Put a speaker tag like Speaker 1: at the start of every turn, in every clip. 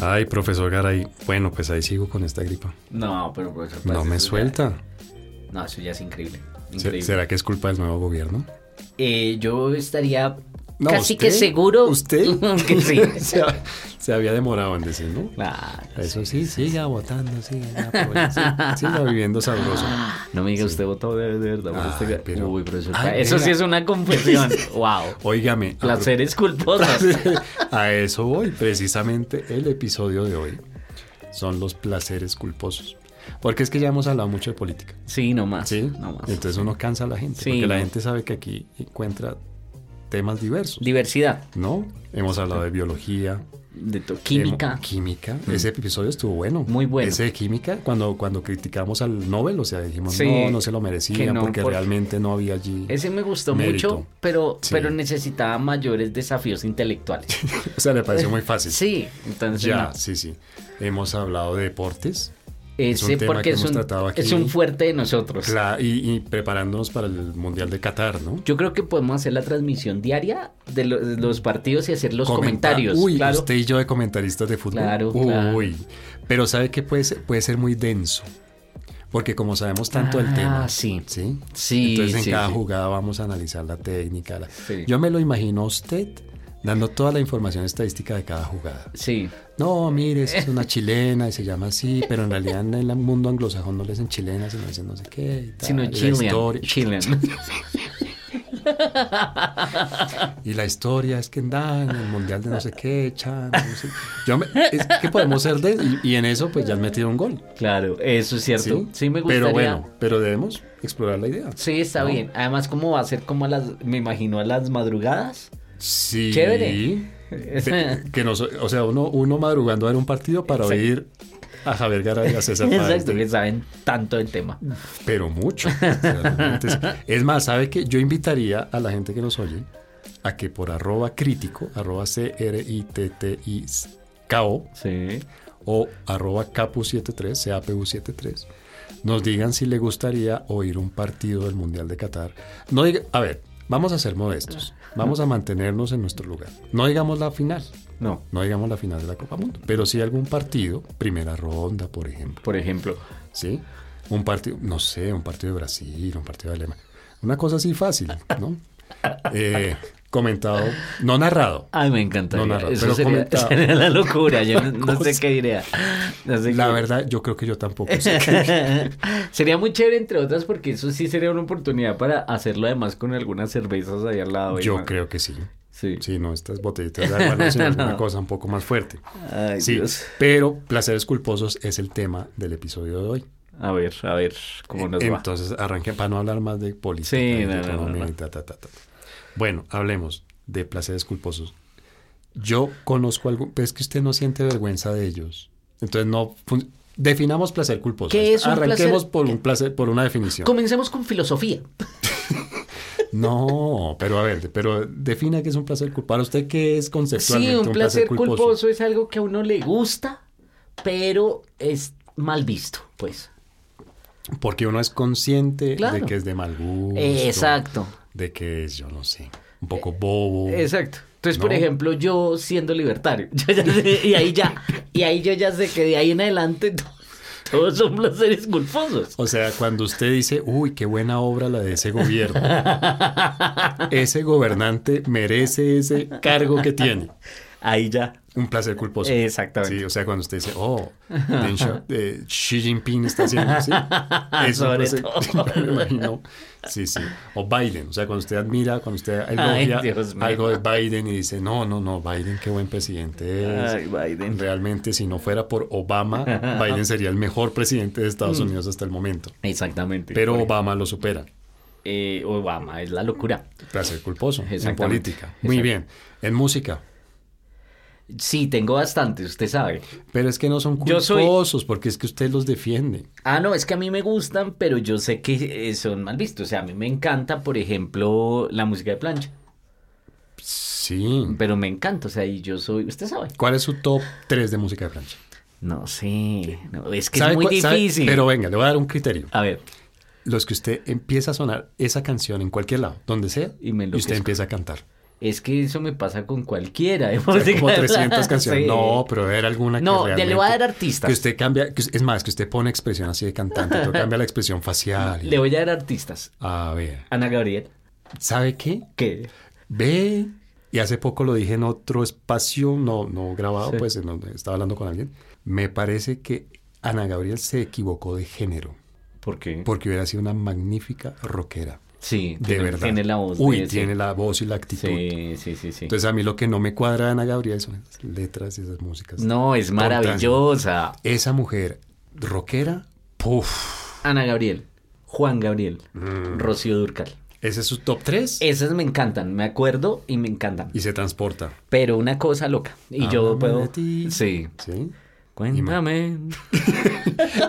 Speaker 1: Ay, profesor Garay, bueno, pues ahí sigo con esta gripa.
Speaker 2: No, pero profesor. Paz,
Speaker 1: No me
Speaker 2: eso ya-
Speaker 1: suelta.
Speaker 2: no, eso ya es increíble.
Speaker 1: Se-
Speaker 2: increíble.
Speaker 1: ¿Será que es culpa del nuevo gobierno?
Speaker 2: Eh, yo estaría
Speaker 1: No,
Speaker 2: casi
Speaker 1: ¿usted?
Speaker 2: que seguro.
Speaker 1: ¿Usted?
Speaker 2: que sí.
Speaker 1: se, ha- se había demorado en decir, ¿no?
Speaker 2: Claro,
Speaker 1: Eso sí, siga votando, siga, ya, pues, sí, siga viviendo sabroso.
Speaker 2: No me diga usted votó de, de verdad por
Speaker 1: Ay,
Speaker 2: este ga-
Speaker 1: pero-
Speaker 2: Uy, profesor.
Speaker 1: Ay, Ah,
Speaker 2: Paz, eso
Speaker 1: venga.
Speaker 2: sí es una confesión. wow.
Speaker 1: Óigame. a pro-
Speaker 2: Placeres culposos.
Speaker 1: A eso voy, precisamente el episodio de hoy son los placeres culposos. Porque es que ya hemos hablado mucho de política,
Speaker 2: Sí, no más.
Speaker 1: ¿sí?
Speaker 2: No más.
Speaker 1: Entonces uno cansa a la gente,
Speaker 2: Sí,
Speaker 1: porque la
Speaker 2: no.
Speaker 1: gente sabe que aquí encuentra temas diversos,
Speaker 2: Diversidad.
Speaker 1: ¿no? Hemos hablado de biología,
Speaker 2: De to- química. Mm.
Speaker 1: hemo- química. Ese episodio estuvo bueno.
Speaker 2: Muy bueno.
Speaker 1: Ese de química, cuando, cuando criticamos al Nobel, o sea, dijimos,
Speaker 2: Sí,
Speaker 1: no, no se lo merecía
Speaker 2: que no,
Speaker 1: porque
Speaker 2: porque-
Speaker 1: realmente no había allí.
Speaker 2: Ese me gustó
Speaker 1: Mérito.
Speaker 2: mucho, pero,
Speaker 1: Sí.
Speaker 2: pero necesitaba mayores desafíos intelectuales.
Speaker 1: O sea, le pareció muy fácil.
Speaker 2: Sí, entonces
Speaker 1: Ya,
Speaker 2: no.
Speaker 1: sí, sí. Hemos hablado de deportes. es
Speaker 2: ese
Speaker 1: un tema
Speaker 2: porque
Speaker 1: que
Speaker 2: es
Speaker 1: hemos
Speaker 2: un,
Speaker 1: tratado aquí.
Speaker 2: es un fuerte de nosotros.
Speaker 1: Cla- y, y preparándonos para el Mundial de Qatar, ¿no?
Speaker 2: Yo creo que podemos hacer la transmisión diaria de, lo- de los partidos y hacer los
Speaker 1: Comenta-
Speaker 2: comentarios.
Speaker 1: Uy,
Speaker 2: claro.
Speaker 1: usted y yo de comentaristas de fútbol.
Speaker 2: Claro,
Speaker 1: Uy.
Speaker 2: claro.
Speaker 1: Pero sabe que puede ser, puede ser muy denso. Porque como sabemos tanto del
Speaker 2: Ah,
Speaker 1: tema.
Speaker 2: sí.
Speaker 1: Sí.
Speaker 2: Sí,
Speaker 1: Entonces en
Speaker 2: sí,
Speaker 1: cada
Speaker 2: sí.
Speaker 1: jugada vamos a analizar la técnica. la-
Speaker 2: Sí.
Speaker 1: Yo me lo imagino a usted dando toda la información estadística de cada jugada.
Speaker 2: Sí.
Speaker 1: No, mire, esa es una chilena y se llama así, pero en realidad en el mundo anglosajón no le dicen chilena, sino dicen no sé qué. y tal, y
Speaker 2: Sino
Speaker 1: la
Speaker 2: Chilean.
Speaker 1: historia-
Speaker 2: Chilean.
Speaker 1: Y la historia es que andan en el mundial de no sé qué, chan. no sé- Yo me- es que podemos ser de. Y, y en eso, pues ya han metido un gol.
Speaker 2: claro, eso es
Speaker 1: ¿sí?
Speaker 2: cierto. Sí, me gustaría.
Speaker 1: Pero bueno, pero debemos explorar la idea.
Speaker 2: Sí, está
Speaker 1: ¿no?
Speaker 2: bien. Además, ¿cómo va a ser como a las, me imagino, a las madrugadas?
Speaker 1: Sí.
Speaker 2: Chévere.
Speaker 1: Te- que nos, o sea, uno, uno madrugando a ver un partido para
Speaker 2: Exacto.
Speaker 1: oír a Javier Garay y a César Páez.
Speaker 2: Exacto, que saben tanto del tema.
Speaker 1: Pero mucho. O sea, realmente es- es más, ¿sabe que Yo invitaría a la gente que nos oye a que por arroba crítico, arroba C-R-I-T-T-I-K-O,
Speaker 2: Sí.
Speaker 1: o arroba capu73, capu73, nos digan si le gustaría oír un partido del Mundial de Qatar. No diga, a ver, vamos a ser modestos, vamos a mantenernos en nuestro lugar. No digamos la final,
Speaker 2: No,
Speaker 1: no digamos la final de la Copa Mundo, pero sí algún partido, primera ronda, por ejemplo,
Speaker 2: por ejemplo.
Speaker 1: ¿sí? Un partido, no sé, un partido de Brasil, un partido de Alemania. Una cosa así fácil, ¿no? Eh, comentado, no narrado.
Speaker 2: Ay, me encanta.
Speaker 1: No, no, no,
Speaker 2: Eso
Speaker 1: pero
Speaker 2: sería,
Speaker 1: comenta-
Speaker 2: sería la locura. Yo no, no sé
Speaker 1: cosa.
Speaker 2: qué diría. No sé
Speaker 1: La
Speaker 2: qué-
Speaker 1: verdad, yo creo que yo tampoco sé.
Speaker 2: sería muy chévere, entre otras, porque eso sí sería una oportunidad para hacerlo además con algunas cervezas ahí al lado.
Speaker 1: Yo
Speaker 2: ¿no?
Speaker 1: creo que sí.
Speaker 2: Sí.
Speaker 1: Sí, no, estas botellitas de agua no, sino alguna cosa un poco más fuerte.
Speaker 2: Ay,
Speaker 1: Sí,
Speaker 2: Dios.
Speaker 1: pero placeres culposos es el tema del episodio de hoy.
Speaker 2: A ver, a ver cómo nos va.
Speaker 1: Eh, Entonces, arranquen para no hablar más de política
Speaker 2: Sí,
Speaker 1: y de
Speaker 2: no, no, no,
Speaker 1: economía
Speaker 2: no.
Speaker 1: y ta, ta, ta, ta. Bueno, hablemos de placeres culposos. Yo conozco algo, pero es que usted no siente vergüenza de ellos. Entonces, no fun- definamos placer culposo.
Speaker 2: ¿Qué es un
Speaker 1: Arranquemos
Speaker 2: placer?
Speaker 1: por un placer, por una definición.
Speaker 2: Comencemos con filosofía.
Speaker 1: No, pero a ver, pero defina qué es un placer culposo. Para usted, ¿qué es conceptualmente
Speaker 2: Sí, un placer culposo es algo que a uno le gusta, pero es mal visto, pues.
Speaker 1: Porque uno es consciente de
Speaker 2: Claro.
Speaker 1: que es de mal gusto.
Speaker 2: Exacto.
Speaker 1: De que es, yo no sé, un poco bobo.
Speaker 2: Exacto. Entonces, por
Speaker 1: No.
Speaker 2: ejemplo, yo siendo libertario, yo ya sé- y ahí ya, y ahí yo ya sé que de ahí en adelante to- todos son placeres culposos.
Speaker 1: O sea, cuando usted dice, uy, qué buena obra la de ese gobierno. ese gobernante merece ese cargo que tiene.
Speaker 2: Ahí ya.
Speaker 1: Un placer culposo.
Speaker 2: Exactamente.
Speaker 1: Sí, o sea, cuando usted dice, oh, Deng Xia- eh, Xi Jinping está haciendo así. Es un
Speaker 2: Sobre
Speaker 1: placer-
Speaker 2: todo.
Speaker 1: me imagino. Sí, sí. O Biden. O sea, cuando usted admira, cuando usted
Speaker 2: Ay,
Speaker 1: elogia
Speaker 2: Dios mío.
Speaker 1: algo de Biden y dice, no, no, no, Biden, qué buen presidente es.
Speaker 2: Ay, Biden.
Speaker 1: Realmente, si no fuera por Obama, Biden sería el mejor presidente de
Speaker 2: Mm.
Speaker 1: Estados Unidos hasta el momento.
Speaker 2: Exactamente.
Speaker 1: Pero
Speaker 2: Por-
Speaker 1: Obama lo supera.
Speaker 2: eh, Obama es la locura.
Speaker 1: Placer culposo. En
Speaker 2: Exactamente.
Speaker 1: política. Muy
Speaker 2: Exacto.
Speaker 1: bien. En música.
Speaker 2: Sí, tengo bastantes, usted sabe.
Speaker 1: Pero es que no son
Speaker 2: Yo soy-
Speaker 1: culposos, porque es que usted los defiende.
Speaker 2: Ah, no, es que a mí me gustan, pero yo sé que eh, son mal vistos. O sea, a mí me encanta, por ejemplo, la música de plancha.
Speaker 1: Sí.
Speaker 2: Pero me encanta, o sea, y yo soy, usted sabe.
Speaker 1: ¿Cuál es su top 3 de música de plancha?
Speaker 2: No sé, no, es que
Speaker 1: ¿Sabe
Speaker 2: es muy
Speaker 1: cuál- sabe?
Speaker 2: difícil.
Speaker 1: Pero venga, le voy a dar un criterio.
Speaker 2: A ver,
Speaker 1: Los que usted empieza a sonar esa canción en cualquier lado, donde sea,
Speaker 2: Y
Speaker 1: usted
Speaker 2: me enloquezco.
Speaker 1: empieza a cantar.
Speaker 2: Es que eso me pasa con cualquiera. de
Speaker 1: O sea,
Speaker 2: música
Speaker 1: como
Speaker 2: de
Speaker 1: 300
Speaker 2: la-
Speaker 1: canciones.
Speaker 2: Sí.
Speaker 1: No, pero era alguna
Speaker 2: No,
Speaker 1: que
Speaker 2: de-
Speaker 1: realmente...
Speaker 2: le voy a dar artistas.
Speaker 1: Que usted cambia... que- es más, que usted pone expresión así de cantante, pero cambia la expresión facial. y-
Speaker 2: Le voy a dar artistas.
Speaker 1: A ver,
Speaker 2: Ana Gabriel,
Speaker 1: ¿sabe qué?
Speaker 2: que
Speaker 1: Ve... Y hace poco lo dije en otro espacio, no, no grabado,
Speaker 2: Sí.
Speaker 1: pues en donde estaba hablando con alguien. Me parece que Ana Gabriel se equivocó de género,
Speaker 2: ¿Por qué?
Speaker 1: porque hubiera sido una magnífica rockera.
Speaker 2: Sí,
Speaker 1: De
Speaker 2: tiene,
Speaker 1: verdad.
Speaker 2: tiene la voz. de
Speaker 1: Uy,
Speaker 2: ese.
Speaker 1: tiene la voz y la actitud.
Speaker 2: Sí, sí, sí, sí.
Speaker 1: Entonces a mí lo que no me cuadra de Ana Gabriel son esas letras y esas músicas.
Speaker 2: no, es maravillosa.
Speaker 1: Esa mujer rockera, puff.
Speaker 2: Ana Gabriel, Juan Gabriel,
Speaker 1: Mm.
Speaker 2: Rocío Durcal.
Speaker 1: Ese es su top 3
Speaker 2: Esas me encantan, me acuerdo y me encantan.
Speaker 1: y se transporta.
Speaker 2: Pero una cosa loca. Y yo
Speaker 1: Háblame de
Speaker 2: puedo.
Speaker 1: ti.
Speaker 2: Sí.
Speaker 1: ¿Sí?
Speaker 2: Cuéntame.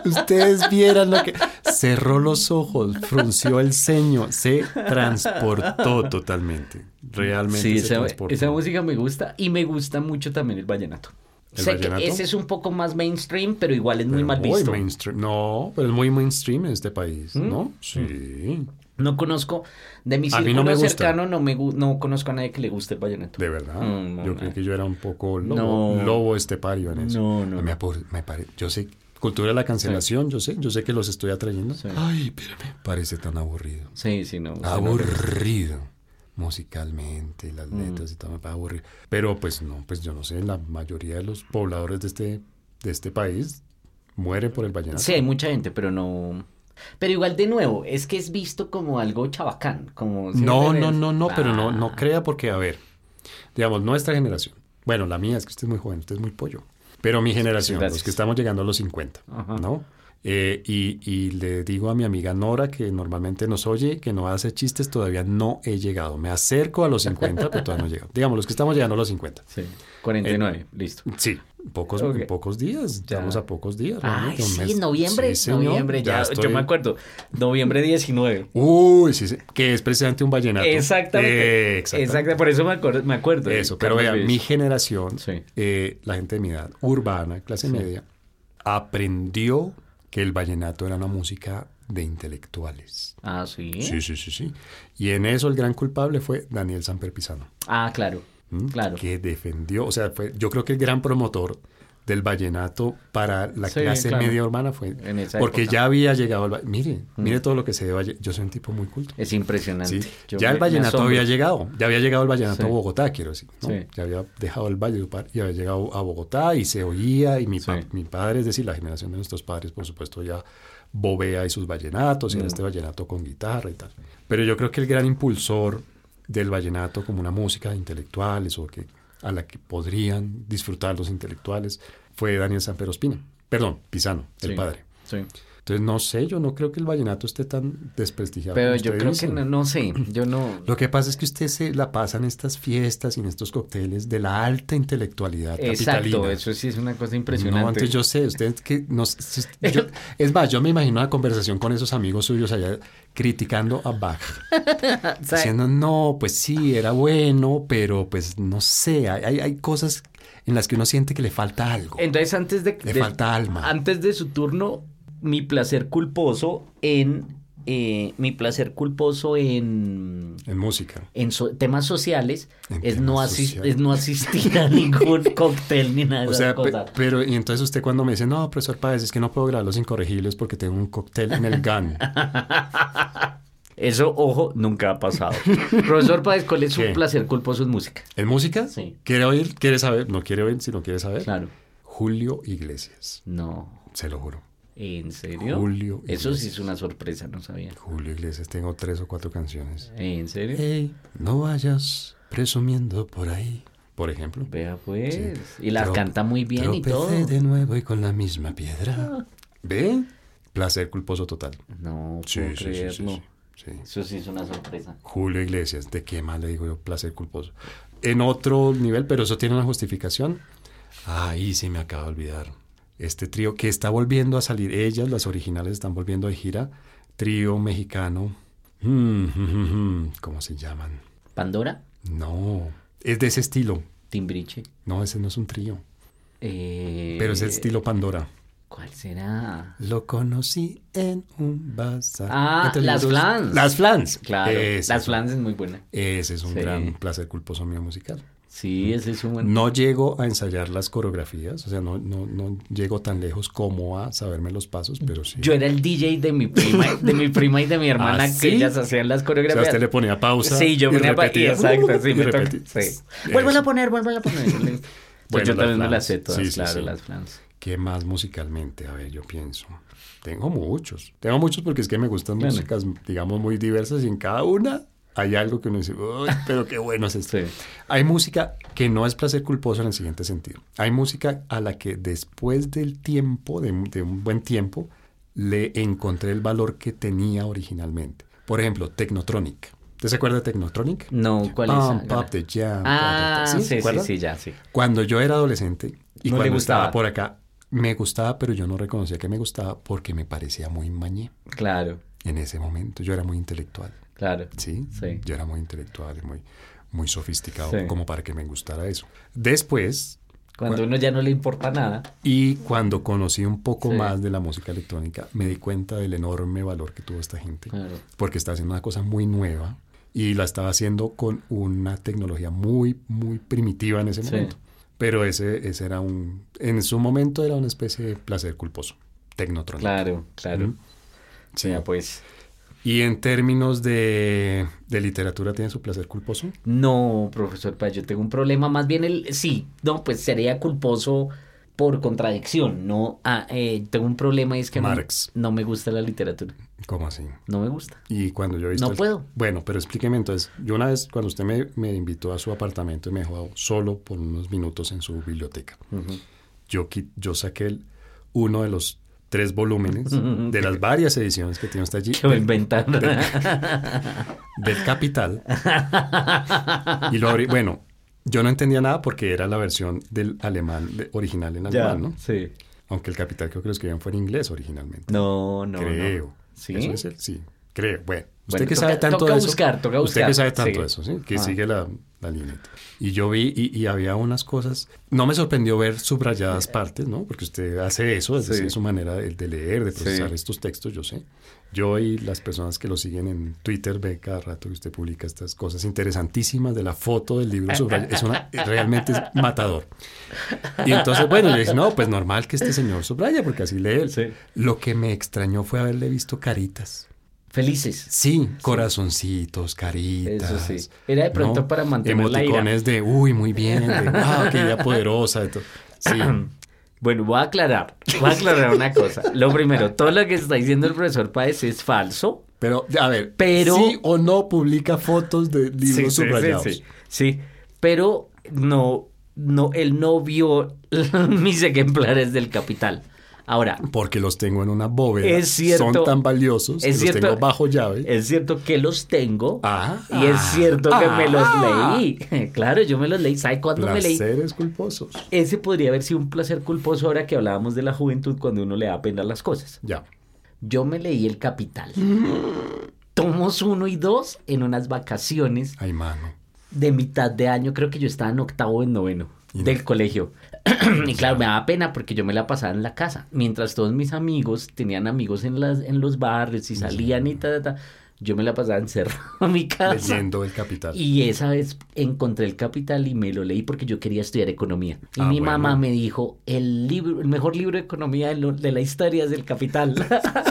Speaker 1: Ustedes vieran lo que... Cerró los ojos, frunció el ceño, se transportó totalmente. Realmente
Speaker 2: Sí,
Speaker 1: se
Speaker 2: esa,
Speaker 1: transportó.
Speaker 2: esa música me gusta y me gusta mucho también el vallenato.
Speaker 1: ¿El
Speaker 2: sé
Speaker 1: vallenato?
Speaker 2: que ese es un poco más mainstream, pero igual es muy
Speaker 1: Pero
Speaker 2: mal visto.
Speaker 1: mainstream. No, pero es muy mainstream en este país,
Speaker 2: ¿Mm?
Speaker 1: ¿no? Sí.
Speaker 2: No conozco, de mi
Speaker 1: A mí no
Speaker 2: círculo
Speaker 1: me gusta.
Speaker 2: cercano no me gu- no conozco a nadie que le guste el vallenato.
Speaker 1: De verdad.
Speaker 2: Mm, no,
Speaker 1: yo
Speaker 2: no.
Speaker 1: creo que yo era un poco lobo,
Speaker 2: No.
Speaker 1: lobo estepario en eso.
Speaker 2: No, no,
Speaker 1: Me
Speaker 2: no.
Speaker 1: apor- me pare- yo sé, cultura de la cancelación, yo sé, yo sé que los estoy atrayendo.
Speaker 2: Sí.
Speaker 1: Ay, pero me parece tan aburrido.
Speaker 2: Sí, sí, no. o
Speaker 1: Ah,
Speaker 2: sea, no-
Speaker 1: Aburrido. Musicalmente, las
Speaker 2: Mm.
Speaker 1: letras y todo me parece aburrido. Pero pues no, pues yo no sé, la mayoría de los pobladores de este, de este país mueren por el vallenato.
Speaker 2: Sí, hay mucha gente, pero no. Pero igual de nuevo, es que es visto como algo chabacán,
Speaker 1: No,
Speaker 2: como siempre
Speaker 1: no,
Speaker 2: ves,
Speaker 1: no, no, pero no, no
Speaker 2: ah,
Speaker 1: crea porque, a ver, digamos, nuestra generación, bueno, la mía es que usted es muy joven, usted es muy pollo, pero mi generación,
Speaker 2: gracias.
Speaker 1: los que estamos llegando a los 50,
Speaker 2: Ajá.
Speaker 1: ¿no? Eh, y, y le digo a mi amiga Nora, que normalmente nos oye, que no hace chistes, todavía no he llegado. Me acerco a los 50, pero todavía no he llegado. Digamos, los que estamos llegando a los 50.
Speaker 2: Sí, 49,
Speaker 1: Eh,
Speaker 2: listo.
Speaker 1: Sí, pocos,
Speaker 2: Ok.
Speaker 1: en pocos días,
Speaker 2: Ya.
Speaker 1: estamos a pocos días.
Speaker 2: Ay,
Speaker 1: realmente, un
Speaker 2: sí,
Speaker 1: mes.
Speaker 2: noviembre,
Speaker 1: Sí, señor,
Speaker 2: noviembre, ya, yo
Speaker 1: estoy-
Speaker 2: me acuerdo, noviembre 19.
Speaker 1: Uy, sí, sí, que es precisamente un vallenato.
Speaker 2: Exactamente.
Speaker 1: Eh, exactamente.
Speaker 2: Exacto, por eso me acuerdo. Me acuerdo ¿eh?
Speaker 1: Eso, pero vean,
Speaker 2: vean,
Speaker 1: mi generación,
Speaker 2: Sí.
Speaker 1: eh, la gente de mi edad, urbana, clase media, aprendió que el vallenato era una música de intelectuales.
Speaker 2: Ah, sí.
Speaker 1: Sí, sí, sí, sí. Y en eso el gran culpable fue Daniel Samper Pizano,
Speaker 2: Ah, claro.
Speaker 1: Mm,
Speaker 2: Claro.
Speaker 1: que defendió, o sea, fue, yo creo que el gran promotor del vallenato para la
Speaker 2: Sí,
Speaker 1: clase
Speaker 2: claro.
Speaker 1: media urbana fue
Speaker 2: En esa
Speaker 1: porque
Speaker 2: época.
Speaker 1: ya había llegado al va- mire, mire todo lo que se dio ayer. Yo soy un tipo muy culto.
Speaker 2: Es impresionante.
Speaker 1: Sí,
Speaker 2: Yo
Speaker 1: Ya
Speaker 2: me-
Speaker 1: el vallenato
Speaker 2: me
Speaker 1: había
Speaker 2: asombro.
Speaker 1: llegado, ya había llegado el vallenato
Speaker 2: Sí.
Speaker 1: a Bogotá, quiero decir. ¿no?
Speaker 2: Sí.
Speaker 1: Ya había dejado el Valledupar y había llegado a Bogotá y se oía y mi, pa-
Speaker 2: Sí.
Speaker 1: mi padre, es decir, la generación de nuestros padres, por supuesto, ya bobea y sus vallenatos y
Speaker 2: Mm.
Speaker 1: era este vallenato con guitarra y tal. Pero yo creo que el gran impulsor del vallenato como una música de intelectuales o que a la que podrían disfrutar los intelectuales fue Daniel Samperospina, perdón, Pisano, el
Speaker 2: Sí,
Speaker 1: padre.
Speaker 2: Sí.
Speaker 1: Entonces, no sé, yo no creo que el vallenato esté tan desprestigiado.
Speaker 2: Pero
Speaker 1: como
Speaker 2: yo
Speaker 1: usted
Speaker 2: creo
Speaker 1: dice.
Speaker 2: que no, no sé. Yo no.
Speaker 1: Lo que pasa es que usted se la pasa en estas fiestas y en estos cócteles de la alta intelectualidad
Speaker 2: Exacto,
Speaker 1: capitalina.
Speaker 2: eso sí es una cosa
Speaker 1: No,
Speaker 2: impresionante.
Speaker 1: antes yo sé, usted que nos, si usted- yo- es más, yo me imagino una conversación con esos amigos suyos allá criticando a Bach,
Speaker 2: O sea,
Speaker 1: diciendo, no, pues sí, era bueno, pero pues no sé, hay, hay- hay cosas en las que uno siente que le falta algo,
Speaker 2: Entonces, antes Eh, de,
Speaker 1: le
Speaker 2: de-
Speaker 1: falta alma.
Speaker 2: antes de su turno, mi placer culposo en. eh, mi placer culposo en.
Speaker 1: en música.
Speaker 2: en so- temas sociales
Speaker 1: En
Speaker 2: es,
Speaker 1: temas
Speaker 2: no asis-
Speaker 1: sociales.
Speaker 2: es no asistir a ningún cóctel ni nada de
Speaker 1: O
Speaker 2: esas
Speaker 1: sea, pe-
Speaker 2: cosas.
Speaker 1: pero y entonces usted cuando me dice, no, profesor Páez, es que no puedo grabar los incorregibles porque tengo un cóctel en el GAN.
Speaker 2: Eso, ojo, nunca ha pasado. Profesor Páez, ¿cuál es su
Speaker 1: ¿Qué?
Speaker 2: placer culposo en música?
Speaker 1: ¿En música?
Speaker 2: Sí.
Speaker 1: ¿Quiere oír? ¿Quiere saber? No quiere oír, si no quiere saber.
Speaker 2: Claro.
Speaker 1: Julio Iglesias,
Speaker 2: No.
Speaker 1: se lo juro.
Speaker 2: ¿En serio?
Speaker 1: Julio
Speaker 2: Eso sí
Speaker 1: Iglesias.
Speaker 2: es una sorpresa, no sabía.
Speaker 1: Julio Iglesias, tengo tres o cuatro canciones.
Speaker 2: ¿En serio?
Speaker 1: Hey, no vayas presumiendo por ahí, por ejemplo.
Speaker 2: Vea pues.
Speaker 1: Sí.
Speaker 2: Y las
Speaker 1: Tro-
Speaker 2: canta muy bien y
Speaker 1: tropecé
Speaker 2: todo. Ah.
Speaker 1: de nuevo y con la misma piedra. ¿Ve? Placer culposo total.
Speaker 2: No, puedo
Speaker 1: Sí, sí, sí,
Speaker 2: creerlo.
Speaker 1: sí, sí, sí.
Speaker 2: Eso sí es una sorpresa.
Speaker 1: Julio Iglesias, ¿de qué más le digo yo placer culposo? En otro nivel, pero eso tiene una justificación. Ahí sí me acabo de olvidar. Este trío que está volviendo a salir, ellas, las originales, están volviendo de gira. Trío mexicano. Mm, mm, mm, ¿Cómo se llaman?
Speaker 2: Pandora,
Speaker 1: No, es de ese estilo.
Speaker 2: Timbriche.
Speaker 1: No, ese no es un trío,
Speaker 2: eh,
Speaker 1: pero es el estilo Pandora.
Speaker 2: ¿Cuál será?
Speaker 1: Lo conocí en un bazar.
Speaker 2: Ah,
Speaker 1: Entre los
Speaker 2: Las
Speaker 1: dos-
Speaker 2: Flans.
Speaker 1: Las Flans.
Speaker 2: Claro,
Speaker 1: Ese,
Speaker 2: Las Flans es muy buena.
Speaker 1: ese es un
Speaker 2: Sí.
Speaker 1: gran placer culposo mío musical.
Speaker 2: Sí, ese es un buen...
Speaker 1: No llego a ensayar las coreografías, o sea, no, no, no llego tan lejos como a saberme los pasos, pero sí.
Speaker 2: Yo era el DJ de mi prima, de mi prima y de mi hermana
Speaker 1: ¿Ah,
Speaker 2: que
Speaker 1: sí?
Speaker 2: ellas hacían
Speaker 1: o
Speaker 2: las
Speaker 1: sea,
Speaker 2: coreografías.
Speaker 1: usted le ponía pausa.
Speaker 2: Sí, yo
Speaker 1: y
Speaker 2: ponía pa-
Speaker 1: repetía.
Speaker 2: Exacto, sí,
Speaker 1: Y
Speaker 2: me toca.
Speaker 1: repetía.
Speaker 2: Sí. Pues
Speaker 1: Eso.
Speaker 2: Vuélvala a poner, vuélvala a poner. Entonces,
Speaker 1: Bueno,
Speaker 2: yo
Speaker 1: las
Speaker 2: también me
Speaker 1: flans.
Speaker 2: las sé todas,
Speaker 1: Sí, sí,
Speaker 2: claro,
Speaker 1: sí.
Speaker 2: las flans.
Speaker 1: ¿Qué más musicalmente? A ver, yo pienso. Tengo muchos. Tengo muchos porque es que me gustan
Speaker 2: Bueno.
Speaker 1: músicas, digamos, muy diversas y en cada una hay algo que uno dice, "Uy, pero qué bueno es esto.
Speaker 2: Sí.
Speaker 1: Hay música que no es placer culposo en el siguiente sentido. Hay música a la que después del tiempo, de, un- de un buen tiempo, le encontré el valor que tenía originalmente. Por ejemplo, Technotronic. ¿Usted se acuerda de Technotronic?
Speaker 2: No, ¿cuál
Speaker 1: Pump
Speaker 2: es?
Speaker 1: up the jam,
Speaker 2: Ah,
Speaker 1: ta, ta, ta.
Speaker 2: sí,
Speaker 1: ¿Sí? ¿Se
Speaker 2: sí, sí,
Speaker 1: acuerda?
Speaker 2: ya, sí.
Speaker 1: Cuando yo era adolescente y
Speaker 2: No le
Speaker 1: cuando
Speaker 2: gustaba.
Speaker 1: estaba por acá, me gustaba, pero yo no reconocía que me gustaba porque me parecía muy mañé
Speaker 2: Claro,
Speaker 1: en ese momento. Yo era muy intelectual,
Speaker 2: claro.
Speaker 1: ¿sí?
Speaker 2: Sí.
Speaker 1: Yo era muy intelectual y muy, muy sofisticado
Speaker 2: Sí.
Speaker 1: como para que me gustara eso. Después,
Speaker 2: Cuando uno ya no le importa nada.
Speaker 1: y cuando conocí un poco
Speaker 2: Sí.
Speaker 1: más de la música electrónica, me di cuenta del enorme valor que tuvo esta gente.
Speaker 2: Claro.
Speaker 1: Porque está haciendo una cosa muy nueva y la estaba haciendo con una tecnología muy, muy primitiva en ese
Speaker 2: Sí.
Speaker 1: momento. Pero ese, ese era un. En su momento era una especie de placer culposo. Tecnotron.
Speaker 2: Claro, claro.
Speaker 1: Mm. Sí.
Speaker 2: Mira, pues.
Speaker 1: Y en términos de, de literatura, ¿tiene su placer culposo?
Speaker 2: No, profesor, pues yo tengo un problema. Más bien el. Sí, no, pues sería culposo por contradicción. No, ah, eh, tengo un problema y es que no-
Speaker 1: Marx.
Speaker 2: No, me gusta la literatura.
Speaker 1: ¿Cómo así?
Speaker 2: No me gusta.
Speaker 1: Y cuando yo he visto
Speaker 2: No
Speaker 1: el-
Speaker 2: puedo.
Speaker 1: Bueno, pero explíqueme entonces. Yo una vez, cuando usted me, me invitó a su apartamento y me dejó solo por unos minutos en su biblioteca, yo, qui- yo saqué el- uno de los tres volúmenes de las varias ediciones que tiene usted allí
Speaker 2: Que me inventaron.
Speaker 1: del Capital. y lo abrí. Bueno, yo no entendía nada porque era la versión del alemán, de- original en alemán, ¿no?
Speaker 2: Sí.
Speaker 1: Aunque el Capital creo que lo escribían fue en inglés originalmente.
Speaker 2: No, no. no.
Speaker 1: creo.
Speaker 2: ¿Sí?
Speaker 1: Eso es el- sí, creo. Bueno, usted
Speaker 2: Bueno,
Speaker 1: que
Speaker 2: toca-
Speaker 1: sabe tanto
Speaker 2: toca
Speaker 1: de eso.
Speaker 2: buscar, toca
Speaker 1: Usted que
Speaker 2: buscar,
Speaker 1: sabe tanto
Speaker 2: sí.
Speaker 1: de eso, ¿sí? Que
Speaker 2: Ah.
Speaker 1: sigue la, la línea. Y yo vi y, y había unas cosas. No me sorprendió ver subrayadas partes, ¿no? Porque usted hace eso, es
Speaker 2: Sí.
Speaker 1: decir, su manera de, de leer, de procesar
Speaker 2: Sí.
Speaker 1: estos textos, yo sé. Yo y las personas que lo siguen en Twitter ve cada rato que usted publica estas cosas interesantísimas de la foto del libro subrayado. Es una, realmente es matador. Y entonces, bueno, yo dije, no, pues normal que este señor subraya, porque así lee él.
Speaker 2: Sí.
Speaker 1: Lo que me extrañó fue haberle visto caritas.
Speaker 2: Felices.
Speaker 1: Sí, corazoncitos, caritas.
Speaker 2: Eso sí. Era de pronto para mantener la ira.
Speaker 1: Emoticones de, uy, muy bien, de, wow, qué idea poderosa. de to- Sí,
Speaker 2: Bueno, voy a aclarar. Voy a aclarar una cosa. Lo primero, todo lo que está diciendo el profesor Páez es falso.
Speaker 1: pero, a ver,
Speaker 2: Pero-
Speaker 1: sí o no publica fotos de
Speaker 2: Sí,
Speaker 1: libros
Speaker 2: sí,
Speaker 1: subrayados.
Speaker 2: Sí, sí, Sí, pero no, no, él no vio mis ejemplares del Capital. Ahora,
Speaker 1: Porque los tengo en una bóveda.
Speaker 2: Es cierto.
Speaker 1: Son tan valiosos
Speaker 2: Es
Speaker 1: que
Speaker 2: cierto.
Speaker 1: los tengo bajo llave.
Speaker 2: es cierto que los tengo
Speaker 1: Ah.
Speaker 2: y es cierto que me los
Speaker 1: Ah.
Speaker 2: leí. Claro, yo me los leí. ¿Sabe cuándo me leí?
Speaker 1: Placeres culposos.
Speaker 2: Ese podría haber sido un placer culposo ahora que hablábamos de la juventud cuando uno le da pena las cosas.
Speaker 1: Ya.
Speaker 2: Yo me leí El Capital.
Speaker 1: Mm.
Speaker 2: Tomos uno y dos en unas vacaciones
Speaker 1: Ay, mano.
Speaker 2: de mitad de año, creo que yo estaba en octavo o en noveno
Speaker 1: Y-
Speaker 2: del colegio. y claro, me daba pena porque yo me la pasaba en la casa. Mientras todos mis amigos tenían amigos en, las, en los barrios y salían y ta, ta, ta, yo me la pasaba encerrado en mi casa.
Speaker 1: Leyendo el capital.
Speaker 2: Y esa vez encontré el capital y me lo leí porque yo quería estudiar economía. Y
Speaker 1: Ah,
Speaker 2: mi
Speaker 1: bueno.
Speaker 2: mamá me dijo, el libro, el mejor libro de economía de, lo- de la historia es el capital.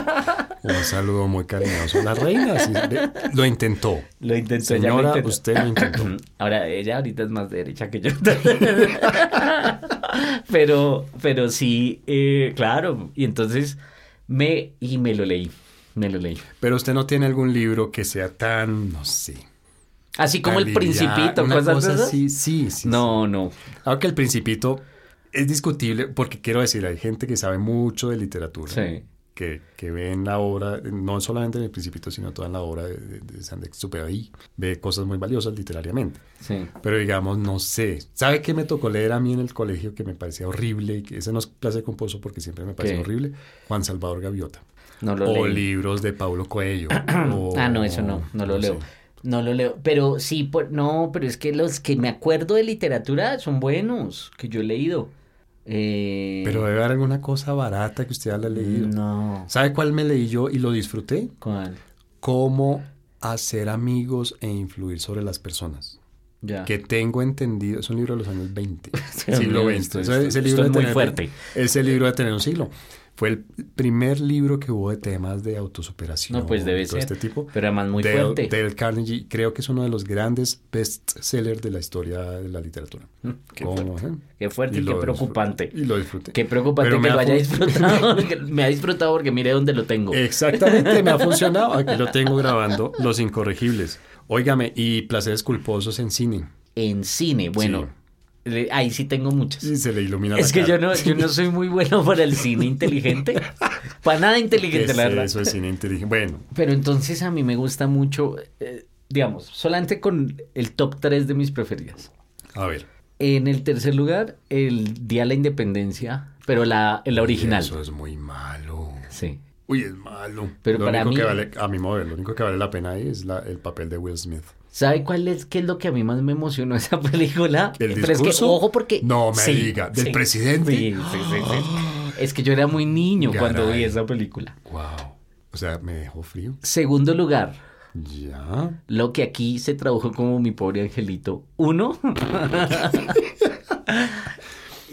Speaker 1: Un saludo muy cariñoso a la reina. sí, le- lo intentó.
Speaker 2: lo intenté.
Speaker 1: Señora, usted lo intentó.
Speaker 2: Ahora, ella ahorita es más derecha que yo. pero, pero sí, eh, claro. Y entonces me, y me lo leí. Me lo leí.
Speaker 1: Pero usted no tiene algún libro que sea tan, no sé.
Speaker 2: Así como
Speaker 1: tan
Speaker 2: el
Speaker 1: liviano,
Speaker 2: principito,
Speaker 1: una
Speaker 2: cosas de
Speaker 1: cosa
Speaker 2: esas.
Speaker 1: así, sí, sí.
Speaker 2: No, no.
Speaker 1: sí. Aunque el principito es discutible, porque quiero decir, hay gente que sabe mucho de literatura.
Speaker 2: Sí.
Speaker 1: Que, que ve en la obra, no solamente en el principito, sino toda en la obra de, de, de Sandex Superahí, ve cosas muy valiosas literariamente.
Speaker 2: Sí.
Speaker 1: Pero digamos, no sé. ¿Sabe qué me tocó leer a mí en el colegio que me parecía horrible? Y que ese no es placer composo porque siempre me pareció
Speaker 2: ¿Qué?
Speaker 1: horrible. Juan Salvador Gaviota.
Speaker 2: No lo
Speaker 1: O
Speaker 2: leí.
Speaker 1: libros de Paulo Coelho. o-
Speaker 2: Ah, no, eso no, no lo leo.
Speaker 1: sé.
Speaker 2: No lo leo, pero sí, por, no, pero es que los que me acuerdo de literatura son buenos, que yo he leído. Eh,
Speaker 1: Pero debe haber alguna cosa barata que usted haya leído.
Speaker 2: No.
Speaker 1: ¿Sabe cuál me leí yo y lo disfruté?
Speaker 2: ¿Cuál?
Speaker 1: Cómo hacer amigos e influir sobre las personas.
Speaker 2: Ya.
Speaker 1: Que tengo entendido, es un libro de los años 20,
Speaker 2: Sí,
Speaker 1: siglo
Speaker 2: hombre,
Speaker 1: 20.
Speaker 2: esto-
Speaker 1: Ese- ese
Speaker 2: esto- esto
Speaker 1: libro
Speaker 2: es
Speaker 1: de
Speaker 2: muy
Speaker 1: tener-
Speaker 2: fuerte.
Speaker 1: Ese libro de tener un siglo. Fue el primer libro que hubo de temas de autosuperación.
Speaker 2: No, pues debe
Speaker 1: y todo
Speaker 2: ser.
Speaker 1: este tipo.
Speaker 2: Pero además muy
Speaker 1: Dale-
Speaker 2: fuerte.
Speaker 1: Dale Carnegie, creo que es uno de los grandes bestsellers de la historia de la literatura.
Speaker 2: Mm, Qué
Speaker 1: ¿Cómo,
Speaker 2: fuerte.
Speaker 1: eh?
Speaker 2: Qué fuerte y
Speaker 1: lo
Speaker 2: qué
Speaker 1: disfruté.
Speaker 2: preocupante.
Speaker 1: Y lo disfruté.
Speaker 2: Qué preocupante
Speaker 1: Pero me
Speaker 2: que lo
Speaker 1: ha
Speaker 2: haya
Speaker 1: fun- Eh,
Speaker 2: disfrutado. porque- me ha disfrutado porque mire dónde lo tengo.
Speaker 1: Exactamente, me ha funcionado. Aquí lo tengo grabando, Los Incorregibles. Óigame, y Placeres Culposos en cine.
Speaker 2: En cine, bueno. le- ahí sí tengo muchas.
Speaker 1: Y se le ilumina la
Speaker 2: Es que yo
Speaker 1: cara.
Speaker 2: no, yo no soy muy bueno para el cine inteligente. Para nada
Speaker 1: ¿Qué
Speaker 2: inteligente,
Speaker 1: es
Speaker 2: la verdad.
Speaker 1: Eso es cine inteligente. Bueno,
Speaker 2: Pero entonces a mí me gusta mucho, eh, digamos, solamente con el top 3 de mis preferidas.
Speaker 1: a ver.
Speaker 2: En el tercer lugar, el Día de la Independencia, pero la, la original.
Speaker 1: Eso es muy malo.
Speaker 2: Sí.
Speaker 1: Uy, es malo.
Speaker 2: Pero
Speaker 1: lo
Speaker 2: para
Speaker 1: único
Speaker 2: mí-
Speaker 1: que vale, a mi modo, de ver, lo único que vale la pena ahí es la- el papel de Will Smith.
Speaker 2: ¿Sabe cuál es, qué es lo que a mí más me emocionó esa película?
Speaker 1: ¿El
Speaker 2: Pero es que,
Speaker 1: discurso?
Speaker 2: ojo, porque...
Speaker 1: No me
Speaker 2: Sí,
Speaker 1: diga, ¿del
Speaker 2: sí.
Speaker 1: presidente?
Speaker 2: Sí, sí, sí, sí. Es que yo era muy niño cuando
Speaker 1: Caray.
Speaker 2: vi esa película.
Speaker 1: Wow. O sea, me dejó frío.
Speaker 2: Segundo lugar,
Speaker 1: Ya.
Speaker 2: lo que aquí se tradujo como mi pobre angelito. Uno.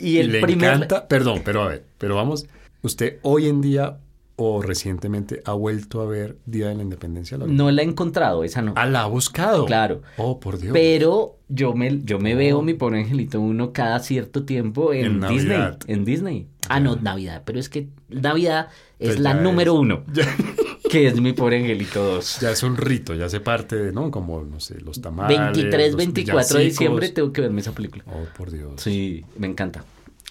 Speaker 2: y el
Speaker 1: le
Speaker 2: primer...
Speaker 1: encanta. Perdón, pero a ver, pero vamos. ¿Usted hoy en día o recientemente ha vuelto a ver Día de la Independencia? ¿La
Speaker 2: No la he encontrado, esa no.
Speaker 1: Ah, la ha buscado.
Speaker 2: Claro.
Speaker 1: Oh, por Dios.
Speaker 2: Pero yo me, yo me veo mi pobre angelito uno cada cierto tiempo en,
Speaker 1: En
Speaker 2: Disney.
Speaker 1: Navidad.
Speaker 2: En Disney. Ah, no, Navidad. Pero es que Navidad es
Speaker 1: Pues
Speaker 2: la
Speaker 1: ya
Speaker 2: número
Speaker 1: es.
Speaker 2: uno,
Speaker 1: Ya,
Speaker 2: que es mi pobre angelito 2.
Speaker 1: ya es un rito, ya hace parte de, ¿no? Como, no sé, los tamales.
Speaker 2: 23,
Speaker 1: los
Speaker 2: 24 de diciembre
Speaker 1: villancicos.
Speaker 2: tengo que verme esa película.
Speaker 1: Oh, por Dios.
Speaker 2: Sí, me encanta.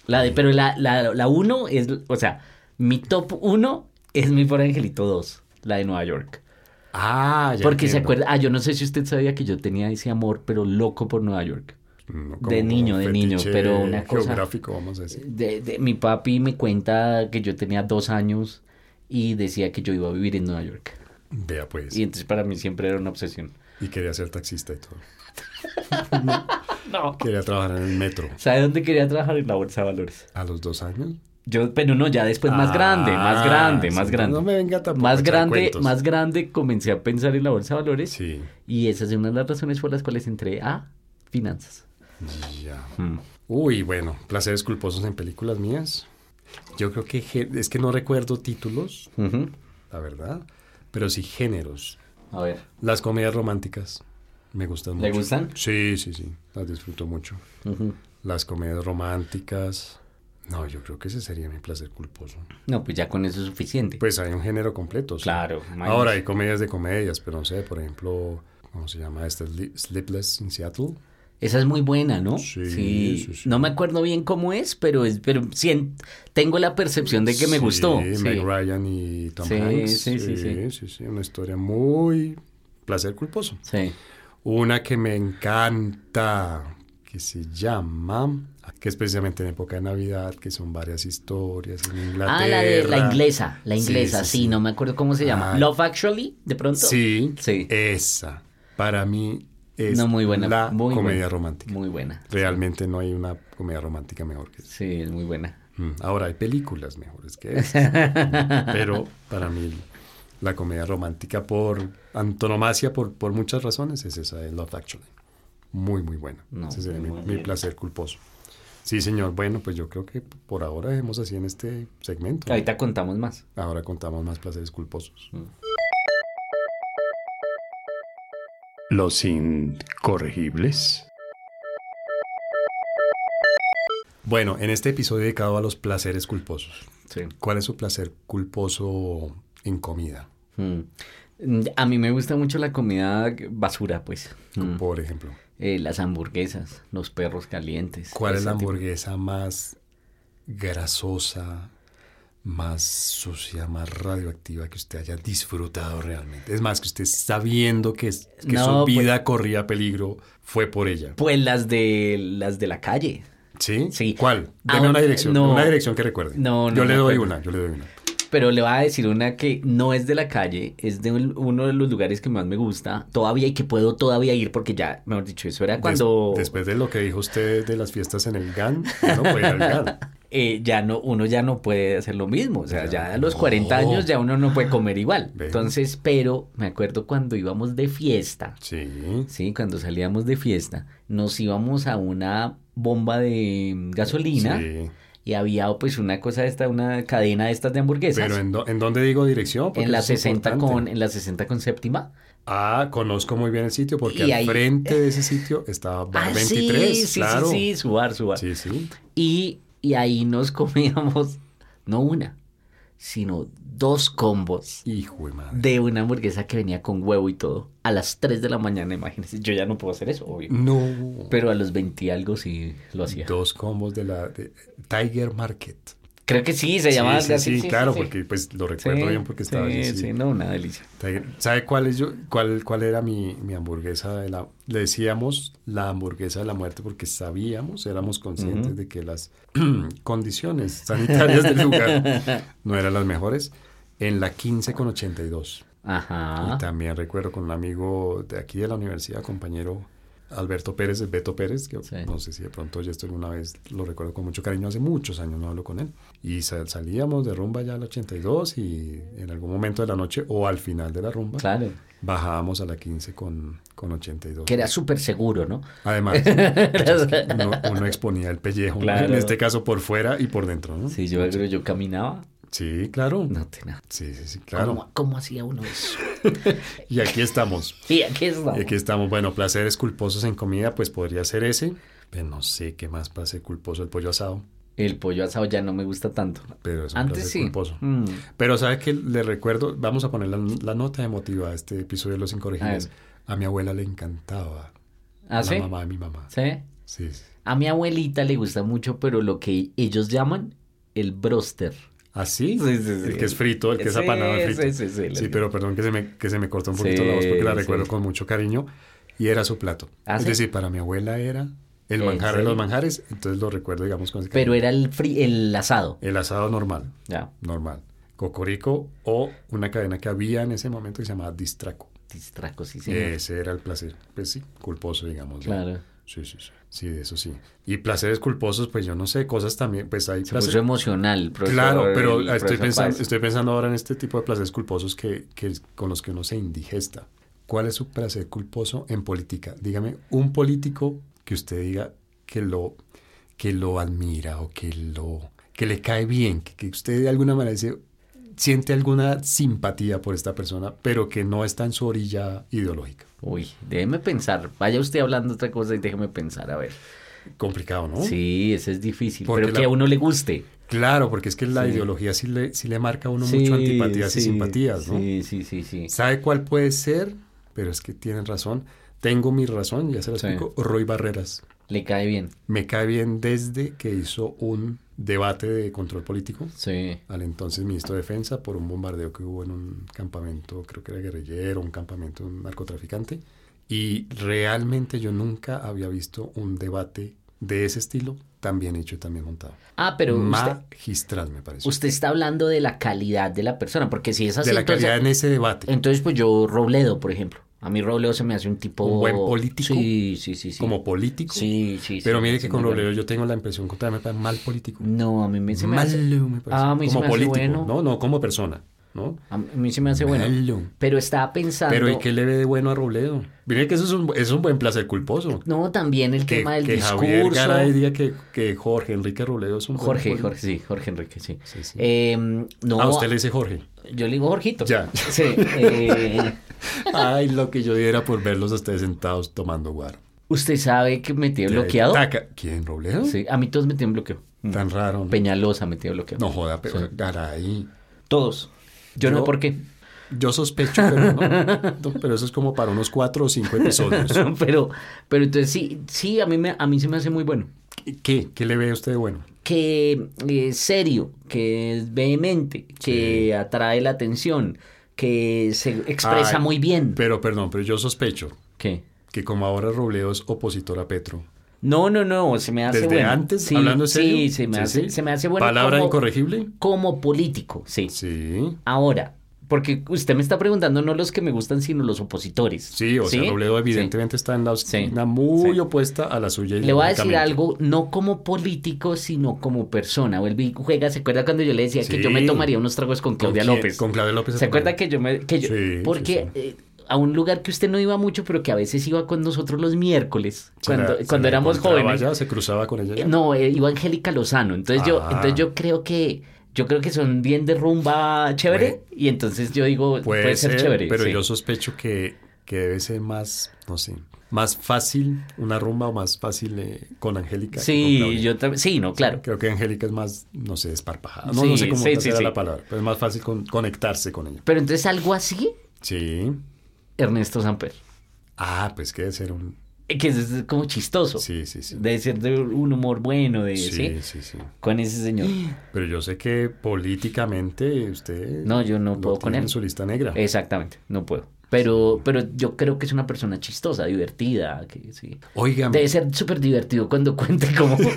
Speaker 2: La de, pero la, la, la uno es, o sea, mi top uno es mi pobre angelito 2, la de Nueva York.
Speaker 1: Ah, ya.
Speaker 2: Porque se
Speaker 1: entiendo.
Speaker 2: acuerda, ah, yo no sé si usted sabía que yo tenía ese amor, pero loco por Nueva York.
Speaker 1: No,
Speaker 2: de niño,
Speaker 1: un
Speaker 2: de niño,
Speaker 1: fetiche
Speaker 2: pero una cosa-
Speaker 1: Geográfico, vamos a decir.
Speaker 2: De, de- mi papi me cuenta que yo tenía dos años y decía que yo iba a vivir en Nueva York.
Speaker 1: Vea, pues.
Speaker 2: Y entonces para mí siempre era una obsesión.
Speaker 1: Y quería ser taxista y todo.
Speaker 2: No.
Speaker 1: Quería trabajar en el metro.
Speaker 2: ¿Sabe dónde quería trabajar? En la bolsa de valores.
Speaker 1: A los dos años.
Speaker 2: Yo, pero no, ya después Pues más grande, más
Speaker 1: Ah,
Speaker 2: grande,
Speaker 1: sí,
Speaker 2: más
Speaker 1: no,
Speaker 2: grande.
Speaker 1: No me venga tampoco. a
Speaker 2: más
Speaker 1: echar
Speaker 2: grande,
Speaker 1: cuentos.
Speaker 2: más grande comencé a pensar en la bolsa de valores
Speaker 1: Sí,
Speaker 2: y esa es una de las razones por las cuales entré a finanzas.
Speaker 1: ya.
Speaker 2: Mm.
Speaker 1: Uy, bueno, placeres culposos en películas mías. Yo creo que gé- es que no recuerdo títulos,
Speaker 2: Ujú.
Speaker 1: la verdad, pero sí géneros.
Speaker 2: A ver,
Speaker 1: Las comedias románticas me gustan mucho.
Speaker 2: ¿le gustan?
Speaker 1: Sí, sí, sí, las disfruto mucho.
Speaker 2: Ujú.
Speaker 1: Las comedias románticas. No, yo creo que ese sería mi placer culposo.
Speaker 2: No, pues ya con eso es suficiente.
Speaker 1: Pues hay un género completo. sí.
Speaker 2: Claro,
Speaker 1: Ahora
Speaker 2: imagínese.
Speaker 1: hay comedias de comedias, pero no sé, por ejemplo, ¿cómo se llama esta? Sli- Sleepless in Seattle.
Speaker 2: Esa es muy buena, ¿no?
Speaker 1: Sí, sí, sí.
Speaker 2: No me acuerdo bien cómo es, pero es, pero sien- tengo la percepción de que me
Speaker 1: Sí,
Speaker 2: gustó.
Speaker 1: Meg
Speaker 2: Sí.
Speaker 1: Ryan y Tom
Speaker 2: Sí,
Speaker 1: Hanks.
Speaker 2: sí, sí, sí.
Speaker 1: sí, sí, Una historia muy placer culposo.
Speaker 2: Sí.
Speaker 1: Una que me encanta, que se llama, que es precisamente en época de Navidad, que son varias historias en Inglaterra.
Speaker 2: Ah, la de la inglesa, la
Speaker 1: Sí,
Speaker 2: inglesa, sí,
Speaker 1: sí, sí.
Speaker 2: no me acuerdo cómo se llama.
Speaker 1: Ah.
Speaker 2: Love Actually, de pronto.
Speaker 1: Sí,
Speaker 2: Sí.
Speaker 1: esa. Para mí es
Speaker 2: No, muy buena,
Speaker 1: la
Speaker 2: muy
Speaker 1: comedia
Speaker 2: buena.
Speaker 1: romántica.
Speaker 2: Muy buena.
Speaker 1: Realmente no hay una comedia romántica mejor que esa.
Speaker 2: Sí, es muy buena.
Speaker 1: Mm, Ahora hay películas mejores que esas. Pero para mí la comedia romántica por antonomasia, por, por muchas razones, es esa de Love Actually. Muy, muy buena.
Speaker 2: No,
Speaker 1: Ese sería mi,
Speaker 2: muy
Speaker 1: mi placer culposo. Sí, señor. Bueno, pues yo creo que por ahora dejemos así en este segmento.
Speaker 2: Ahorita contamos más.
Speaker 1: Ahora contamos más placeres culposos.
Speaker 2: Mm.
Speaker 1: Los incorregibles. Bueno, en este episodio dedicado a los placeres culposos.
Speaker 2: Sí.
Speaker 1: ¿Cuál es su placer culposo en comida,
Speaker 2: Mm. Mm, A mí me gusta mucho la comida basura, pues. Mm.
Speaker 1: por ejemplo?
Speaker 2: Eh, las hamburguesas, los perros calientes.
Speaker 1: ¿Cuál es
Speaker 2: ese
Speaker 1: la
Speaker 2: tipo.
Speaker 1: hamburguesa más grasosa, más sucia, más radioactiva que usted haya disfrutado realmente? Es más, que usted sabiendo que, es- que
Speaker 2: No,
Speaker 1: su
Speaker 2: pues-
Speaker 1: vida corría peligro, fue por ella.
Speaker 2: Pues las de las de la calle.
Speaker 1: ¿Sí?
Speaker 2: Sí.
Speaker 1: ¿Cuál?
Speaker 2: Ah,
Speaker 1: Deme una dirección,
Speaker 2: no.
Speaker 1: una dirección que recuerde.
Speaker 2: No, no
Speaker 1: Yo le
Speaker 2: me
Speaker 1: doy
Speaker 2: acuerdo.
Speaker 1: una, yo le doy una.
Speaker 2: Pero le voy a decir una que no es de la calle, es de un- uno de los lugares que más me gusta todavía y que puedo todavía ir porque ya, mejor dicho, eso era
Speaker 1: Des-
Speaker 2: cuando...
Speaker 1: después de lo que dijo usted de las fiestas en el GAN, no puede ir al GAN.
Speaker 2: eh, ya no, uno ya no puede hacer lo mismo. O sea, ya, a los 40
Speaker 1: no.
Speaker 2: años ya uno no puede comer igual.
Speaker 1: Ve.
Speaker 2: Entonces, pero me acuerdo cuando íbamos de fiesta,
Speaker 1: Sí.
Speaker 2: sí, cuando salíamos de fiesta, nos íbamos a una bomba de mm, gasolina
Speaker 1: Sí.
Speaker 2: y había pues una cosa esta, una cadena de estas de hamburguesas.
Speaker 1: Pero ¿en, do- en dónde digo dirección? Porque
Speaker 2: en la
Speaker 1: eso es
Speaker 2: 60
Speaker 1: importante.
Speaker 2: con en la 60 con séptima.
Speaker 1: Ah, conozco muy bien el sitio porque
Speaker 2: Y
Speaker 1: al
Speaker 2: ahí- eh,
Speaker 1: frente de ese sitio estaba Bar
Speaker 2: Ah,
Speaker 1: 23,
Speaker 2: sí, sí,
Speaker 1: claro.
Speaker 2: sí, sí, su bar, su bar.
Speaker 1: sí, sí.
Speaker 2: Y, y ahí nos comíamos no una, sino dos combos
Speaker 1: Hijo de madre.
Speaker 2: de una hamburguesa que venía con huevo y todo a las 3 de la mañana, imagínense. Yo ya no puedo hacer eso, obvio.
Speaker 1: No.
Speaker 2: Pero a los 20 y algo sí lo hacía.
Speaker 1: Dos combos de la de Tiger Market.
Speaker 2: Creo que sí, se llamaba
Speaker 1: sí, sí,
Speaker 2: algo así,
Speaker 1: sí, claro,
Speaker 2: sí.
Speaker 1: porque pues lo recuerdo
Speaker 2: Sí,
Speaker 1: bien porque estaba
Speaker 2: sí,
Speaker 1: allí.
Speaker 2: sí,
Speaker 1: sí.
Speaker 2: no, una delicia.
Speaker 1: Tiger- ¿Sabe cuál es yo, cuál, cuál era mi, mi hamburguesa de la le decíamos la hamburguesa de la muerte porque sabíamos, éramos conscientes
Speaker 2: Ujú.
Speaker 1: de que las condiciones sanitarias del lugar no eran las mejores. En la 15 con 82. Y
Speaker 2: Ajá.
Speaker 1: también recuerdo con un amigo de aquí de la universidad, compañero Alberto Pérez, el Beto Pérez, que
Speaker 2: Sí.
Speaker 1: no sé si de pronto ya esto alguna vez lo recuerdo con mucho cariño, hace muchos años no hablo con él. Y sa- salíamos de rumba ya al 82 y en algún momento de la noche o al final de la rumba
Speaker 2: Claro.
Speaker 1: bajábamos a la 15 con, con 82.
Speaker 2: Que era súper seguro, ¿no?
Speaker 1: Además, es que uno, uno exponía el pellejo,
Speaker 2: Claro.
Speaker 1: en este caso por fuera y por dentro, ¿no?
Speaker 2: Sí, yo creo yo caminaba.
Speaker 1: Sí, claro.
Speaker 2: No tenía.
Speaker 1: Sí, sí, sí, claro.
Speaker 2: ¿Cómo, cómo hacía uno eso?
Speaker 1: Y aquí estamos.
Speaker 2: Y aquí estamos.
Speaker 1: Y aquí estamos, bueno, placeres culposos en comida, pues podría ser ese. Pero no sé qué más placer culposo, el pollo asado.
Speaker 2: El pollo asado ya no me gusta tanto.
Speaker 1: Pero es un
Speaker 2: Antes
Speaker 1: placer
Speaker 2: sí.
Speaker 1: culposo.
Speaker 2: Mm.
Speaker 1: Pero ¿sabe que Le recuerdo, vamos a poner la, la nota emotiva a este episodio de Los Incorregibles. A mi abuela le encantaba.
Speaker 2: ¿Ah,
Speaker 1: la
Speaker 2: sí?
Speaker 1: mamá de mi mamá.
Speaker 2: ¿Sí?
Speaker 1: Sí. sí.
Speaker 2: A mi abuelita le gusta mucho, pero lo que ellos llaman el broster.
Speaker 1: ¿Así?
Speaker 2: Sí, sí, sí.
Speaker 1: ¿Ah, El que es frito, el que es
Speaker 2: Sí,
Speaker 1: apanado en frito.
Speaker 2: sí, sí, sí, la-
Speaker 1: Sí, pero perdón que se me, que se me cortó un poquito
Speaker 2: Sí,
Speaker 1: la voz porque la
Speaker 2: sí.
Speaker 1: recuerdo con mucho cariño. Y era su plato.
Speaker 2: ¿Ah,
Speaker 1: es
Speaker 2: sí?
Speaker 1: decir, para mi abuela era el
Speaker 2: ¿En
Speaker 1: manjar de
Speaker 2: serio?
Speaker 1: los manjares. Entonces lo recuerdo, digamos, con ese
Speaker 2: Pero
Speaker 1: cariño.
Speaker 2: era el, fri- el asado.
Speaker 1: El asado normal.
Speaker 2: Ya.
Speaker 1: normal. Cocorico o una cadena que había en ese momento que se llamaba Distraco.
Speaker 2: Distraco, sí, señor.
Speaker 1: Ese era el placer, pues sí, culposo, digamos. ¿no?
Speaker 2: Claro.
Speaker 1: Sí, sí, sí. Sí, de eso sí. Y placeres culposos, pues yo no sé, cosas también, pues hay
Speaker 2: Se puso
Speaker 1: placeres.
Speaker 2: emocional, profesor,
Speaker 1: Claro, pero
Speaker 2: el
Speaker 1: estoy
Speaker 2: profesor
Speaker 1: pensando,
Speaker 2: Paz.
Speaker 1: estoy pensando ahora en este tipo de placeres culposos que, que con los que uno se indigesta. ¿Cuál es su placer culposo en política? Dígame, un político que usted diga que lo, que lo admira o que, lo, que le cae bien, que, que usted de alguna manera dice, siente alguna simpatía por esta persona, pero que no está en su orilla ideológica.
Speaker 2: Uy, déjeme pensar. Vaya usted hablando otra cosa y déjeme pensar, a ver.
Speaker 1: Complicado, ¿no?
Speaker 2: Sí, ese es difícil.
Speaker 1: Porque
Speaker 2: Pero que
Speaker 1: la-
Speaker 2: a uno le guste.
Speaker 1: Claro, porque es que la
Speaker 2: Sí.
Speaker 1: ideología sí le, sí le marca a uno
Speaker 2: Sí,
Speaker 1: mucho antipatías
Speaker 2: sí,
Speaker 1: y simpatías, ¿no?
Speaker 2: Sí, sí, sí, sí.
Speaker 1: ¿Sabe cuál puede ser? Pero es que tienen razón. Tengo mi razón, ya se lo
Speaker 2: Sí.
Speaker 1: explico. Roy Barreras.
Speaker 2: Le cae bien.
Speaker 1: Me cae bien desde que hizo un debate de control político
Speaker 2: Sí.
Speaker 1: al entonces ministro de Defensa por un bombardeo que hubo en un campamento, creo que era guerrillero, un campamento de un narcotraficante. Y realmente yo nunca había visto un debate de ese estilo tan bien hecho y tan bien montado.
Speaker 2: Ah, pero
Speaker 1: Mm,
Speaker 2: usted,
Speaker 1: Magistral, me parece.
Speaker 2: usted está hablando de la calidad de la persona, porque si es así,
Speaker 1: de la
Speaker 2: entonces,
Speaker 1: calidad en ese debate.
Speaker 2: entonces pues yo Robledo, por ejemplo. A mí Robledo se me hace un tipo...
Speaker 1: Un buen político.
Speaker 2: Sí, sí, sí. sí.
Speaker 1: Como político.
Speaker 2: Sí, sí, sí.
Speaker 1: Pero mire
Speaker 2: sí,
Speaker 1: que con
Speaker 2: muy bueno.
Speaker 1: Robledo yo tengo la impresión contraria, me parece mal político.
Speaker 2: No, a mí me- se me
Speaker 1: malo,
Speaker 2: hace...
Speaker 1: me parece.
Speaker 2: Ah, a mí se
Speaker 1: como
Speaker 2: me hace
Speaker 1: político,
Speaker 2: bueno.
Speaker 1: no, no, como persona, ¿no?
Speaker 2: A mí se me hace bueno.
Speaker 1: Malo.
Speaker 2: Pero estaba pensando...
Speaker 1: Pero ¿y qué le ve de bueno a Robledo? Mire que eso es un, es un buen placer culposo.
Speaker 2: No, también el
Speaker 1: Que,
Speaker 2: tema del
Speaker 1: que Javier
Speaker 2: discurso.
Speaker 1: Garay diga que, que Jorge Enrique Robledo es un buen
Speaker 2: Jorge,
Speaker 1: poli-
Speaker 2: Jorge, sí, Jorge Enrique, sí.
Speaker 1: Sí, sí.
Speaker 2: Eh, no,
Speaker 1: Ah, usted le dice Jorge.
Speaker 2: yo le digo Jorgito.
Speaker 1: Ya.
Speaker 2: Sí. eh,
Speaker 1: Ay, lo que yo diera por verlos a ustedes sentados tomando guaro.
Speaker 2: ¿Usted sabe que me tiene bloqueado?
Speaker 1: Taca. ¿Quién, Robledo?
Speaker 2: Sí, a mí todos me tienen bloqueo.
Speaker 1: Tan raro. ¿no?
Speaker 2: Peñalosa me tiene bloqueo.
Speaker 1: No joda, pero Garay.
Speaker 2: Todos. Yo, no
Speaker 1: Yo-
Speaker 2: sé por qué.
Speaker 1: Yo sospecho, pero no. No, Pero eso es como para unos cuatro o cinco episodios.
Speaker 2: pero, pero entonces sí, sí, a mí, me, a mí se me hace muy bueno.
Speaker 1: ¿Qué? ¿Qué le ve a usted de bueno?
Speaker 2: Que es serio, que es vehemente,
Speaker 1: Sí.
Speaker 2: que atrae la atención, que se expresa
Speaker 1: Ay,
Speaker 2: muy bien.
Speaker 1: Pero, perdón, pero yo sospecho
Speaker 2: ¿Qué?
Speaker 1: que como ahora Robledo es opositor a Petro.
Speaker 2: No, no, no, se me hace
Speaker 1: Desde
Speaker 2: bueno.
Speaker 1: antes,
Speaker 2: Sí,
Speaker 1: hablando en serio.
Speaker 2: Sí, se me,
Speaker 1: Sí,
Speaker 2: hace,
Speaker 1: sí.
Speaker 2: se me hace bueno
Speaker 1: ¿Palabra
Speaker 2: como,
Speaker 1: incorregible?
Speaker 2: como político, sí.
Speaker 1: Sí.
Speaker 2: Ahora, Porque usted me está preguntando no los que me gustan, sino los opositores.
Speaker 1: Sí, o sea, Robledo evidentemente está en la esquina muy
Speaker 2: Sí.
Speaker 1: opuesta a la suya.
Speaker 2: Le voy a decir
Speaker 1: ideológicamente.
Speaker 2: algo, no como político, sino como persona. Vuelve y juega. ¿Se acuerda cuando yo le decía que yo me
Speaker 1: Sí.
Speaker 2: tomaría unos tragos con Claudia
Speaker 1: quién?
Speaker 2: López?
Speaker 1: Con Claudia López.
Speaker 2: ¿Se acuerda que yo me... Que yo,
Speaker 1: Sí,
Speaker 2: porque
Speaker 1: sí,
Speaker 2: eh, a un lugar que usted no iba mucho, pero que a veces iba con nosotros los miércoles,
Speaker 1: Se la-
Speaker 2: cuando,
Speaker 1: se
Speaker 2: cuando
Speaker 1: la
Speaker 2: éramos
Speaker 1: encontraba
Speaker 2: jóvenes.
Speaker 1: ya, se cruzaba con ella.
Speaker 2: Eh,
Speaker 1: ya.
Speaker 2: No, eh, iba Angélica Lozano. Entonces yo,
Speaker 1: Ah.
Speaker 2: entonces yo creo que... Yo creo que son bien de rumba chévere y entonces yo digo, puede, ser, chévere.
Speaker 1: Pero
Speaker 2: sí.
Speaker 1: yo sospecho que, que debe ser más, no sé, más fácil una rumba o más fácil eh, con Angélica. que con
Speaker 2: Sí,
Speaker 1: Claudia.
Speaker 2: yo también. Sí, no, claro.
Speaker 1: Creo que Angélica es más, no sé, desparpajada. No,
Speaker 2: Sí,
Speaker 1: no sé cómo
Speaker 2: sí,
Speaker 1: será
Speaker 2: sí, sí.
Speaker 1: la palabra, pero es más fácil con- conectarse con ella.
Speaker 2: Pero entonces algo así,
Speaker 1: Sí.
Speaker 2: Ernesto Samper.
Speaker 1: Ah, pues que debe ser un...
Speaker 2: Eh, Que es, es como chistoso.
Speaker 1: Sí, sí, sí.
Speaker 2: Debe ser de un humor bueno, de
Speaker 1: Sí,
Speaker 2: sí.
Speaker 1: sí, sí,
Speaker 2: Con ese señor.
Speaker 1: Pero yo sé que políticamente usted...
Speaker 2: No, yo no
Speaker 1: lo
Speaker 2: puedo con
Speaker 1: tiene
Speaker 2: él.
Speaker 1: en su lista negra.
Speaker 2: Exactamente, no puedo. Pero, pero yo creo que es una persona chistosa, divertida, que sí.
Speaker 1: Óigame.
Speaker 2: Debe ser súper divertido cuando cuente como to-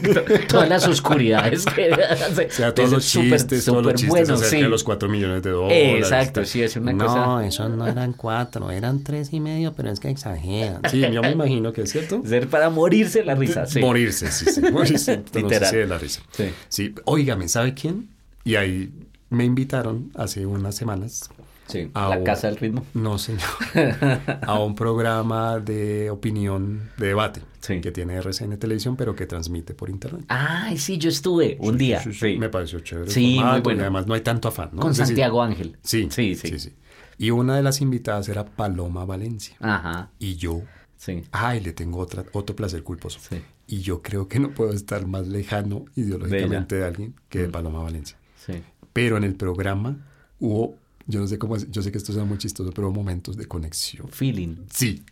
Speaker 2: todas las oscuridades que hace.
Speaker 1: O sea, todos
Speaker 2: Debe
Speaker 1: los
Speaker 2: ser súper,
Speaker 1: chistes, todos los
Speaker 2: súper
Speaker 1: chistes
Speaker 2: bueno,
Speaker 1: acerca de
Speaker 2: sí.
Speaker 1: los 4 millones de dólares.
Speaker 2: Exacto, sí, es una
Speaker 3: no,
Speaker 2: cosa-
Speaker 3: eso no eran cuatro, eran tres y medio, pero es que exageran.
Speaker 1: Sí, yo me imagino que es cierto.
Speaker 2: Ser para morirse la risa, sí.
Speaker 1: Morirse, sí, sí, morirse. Entonces,
Speaker 2: Literal.
Speaker 1: sí, de la risa.
Speaker 2: Sí.
Speaker 1: Sí, óigame, ¿sabe quién? Y ahí me invitaron hace unas semanas,
Speaker 2: Sí,
Speaker 1: Ah,
Speaker 2: la
Speaker 1: bueno.
Speaker 2: casa del ritmo.
Speaker 1: no señor, a un programa de opinión, de debate,
Speaker 2: Sí.
Speaker 1: que tiene RCN Televisión, pero que transmite por internet.
Speaker 2: Ay, sí, yo estuve un día.
Speaker 1: Sí, sí,
Speaker 2: sí.
Speaker 1: Me pareció chévere. el
Speaker 2: Sí, muy
Speaker 1: formato, y
Speaker 2: bueno.
Speaker 1: además no hay tanto afán, ¿no?
Speaker 2: Con
Speaker 1: Es decir,
Speaker 2: Santiago Ángel.
Speaker 1: Sí,
Speaker 2: sí, sí.
Speaker 1: Y una de las invitadas era Paloma Valencia.
Speaker 2: Ajá,
Speaker 1: Y yo,
Speaker 2: sí.
Speaker 1: ay, le tengo otra, otro placer culposo.
Speaker 2: Sí.
Speaker 1: Y yo creo que no puedo estar más lejano ideológicamente de, alguien que de
Speaker 2: Mm.
Speaker 1: Paloma Valencia.
Speaker 2: Sí.
Speaker 1: Pero en el programa hubo, yo no sé cómo, es- yo sé que esto suena muy chistoso, pero hubo momentos de conexión.
Speaker 2: Feeling.
Speaker 1: Sí,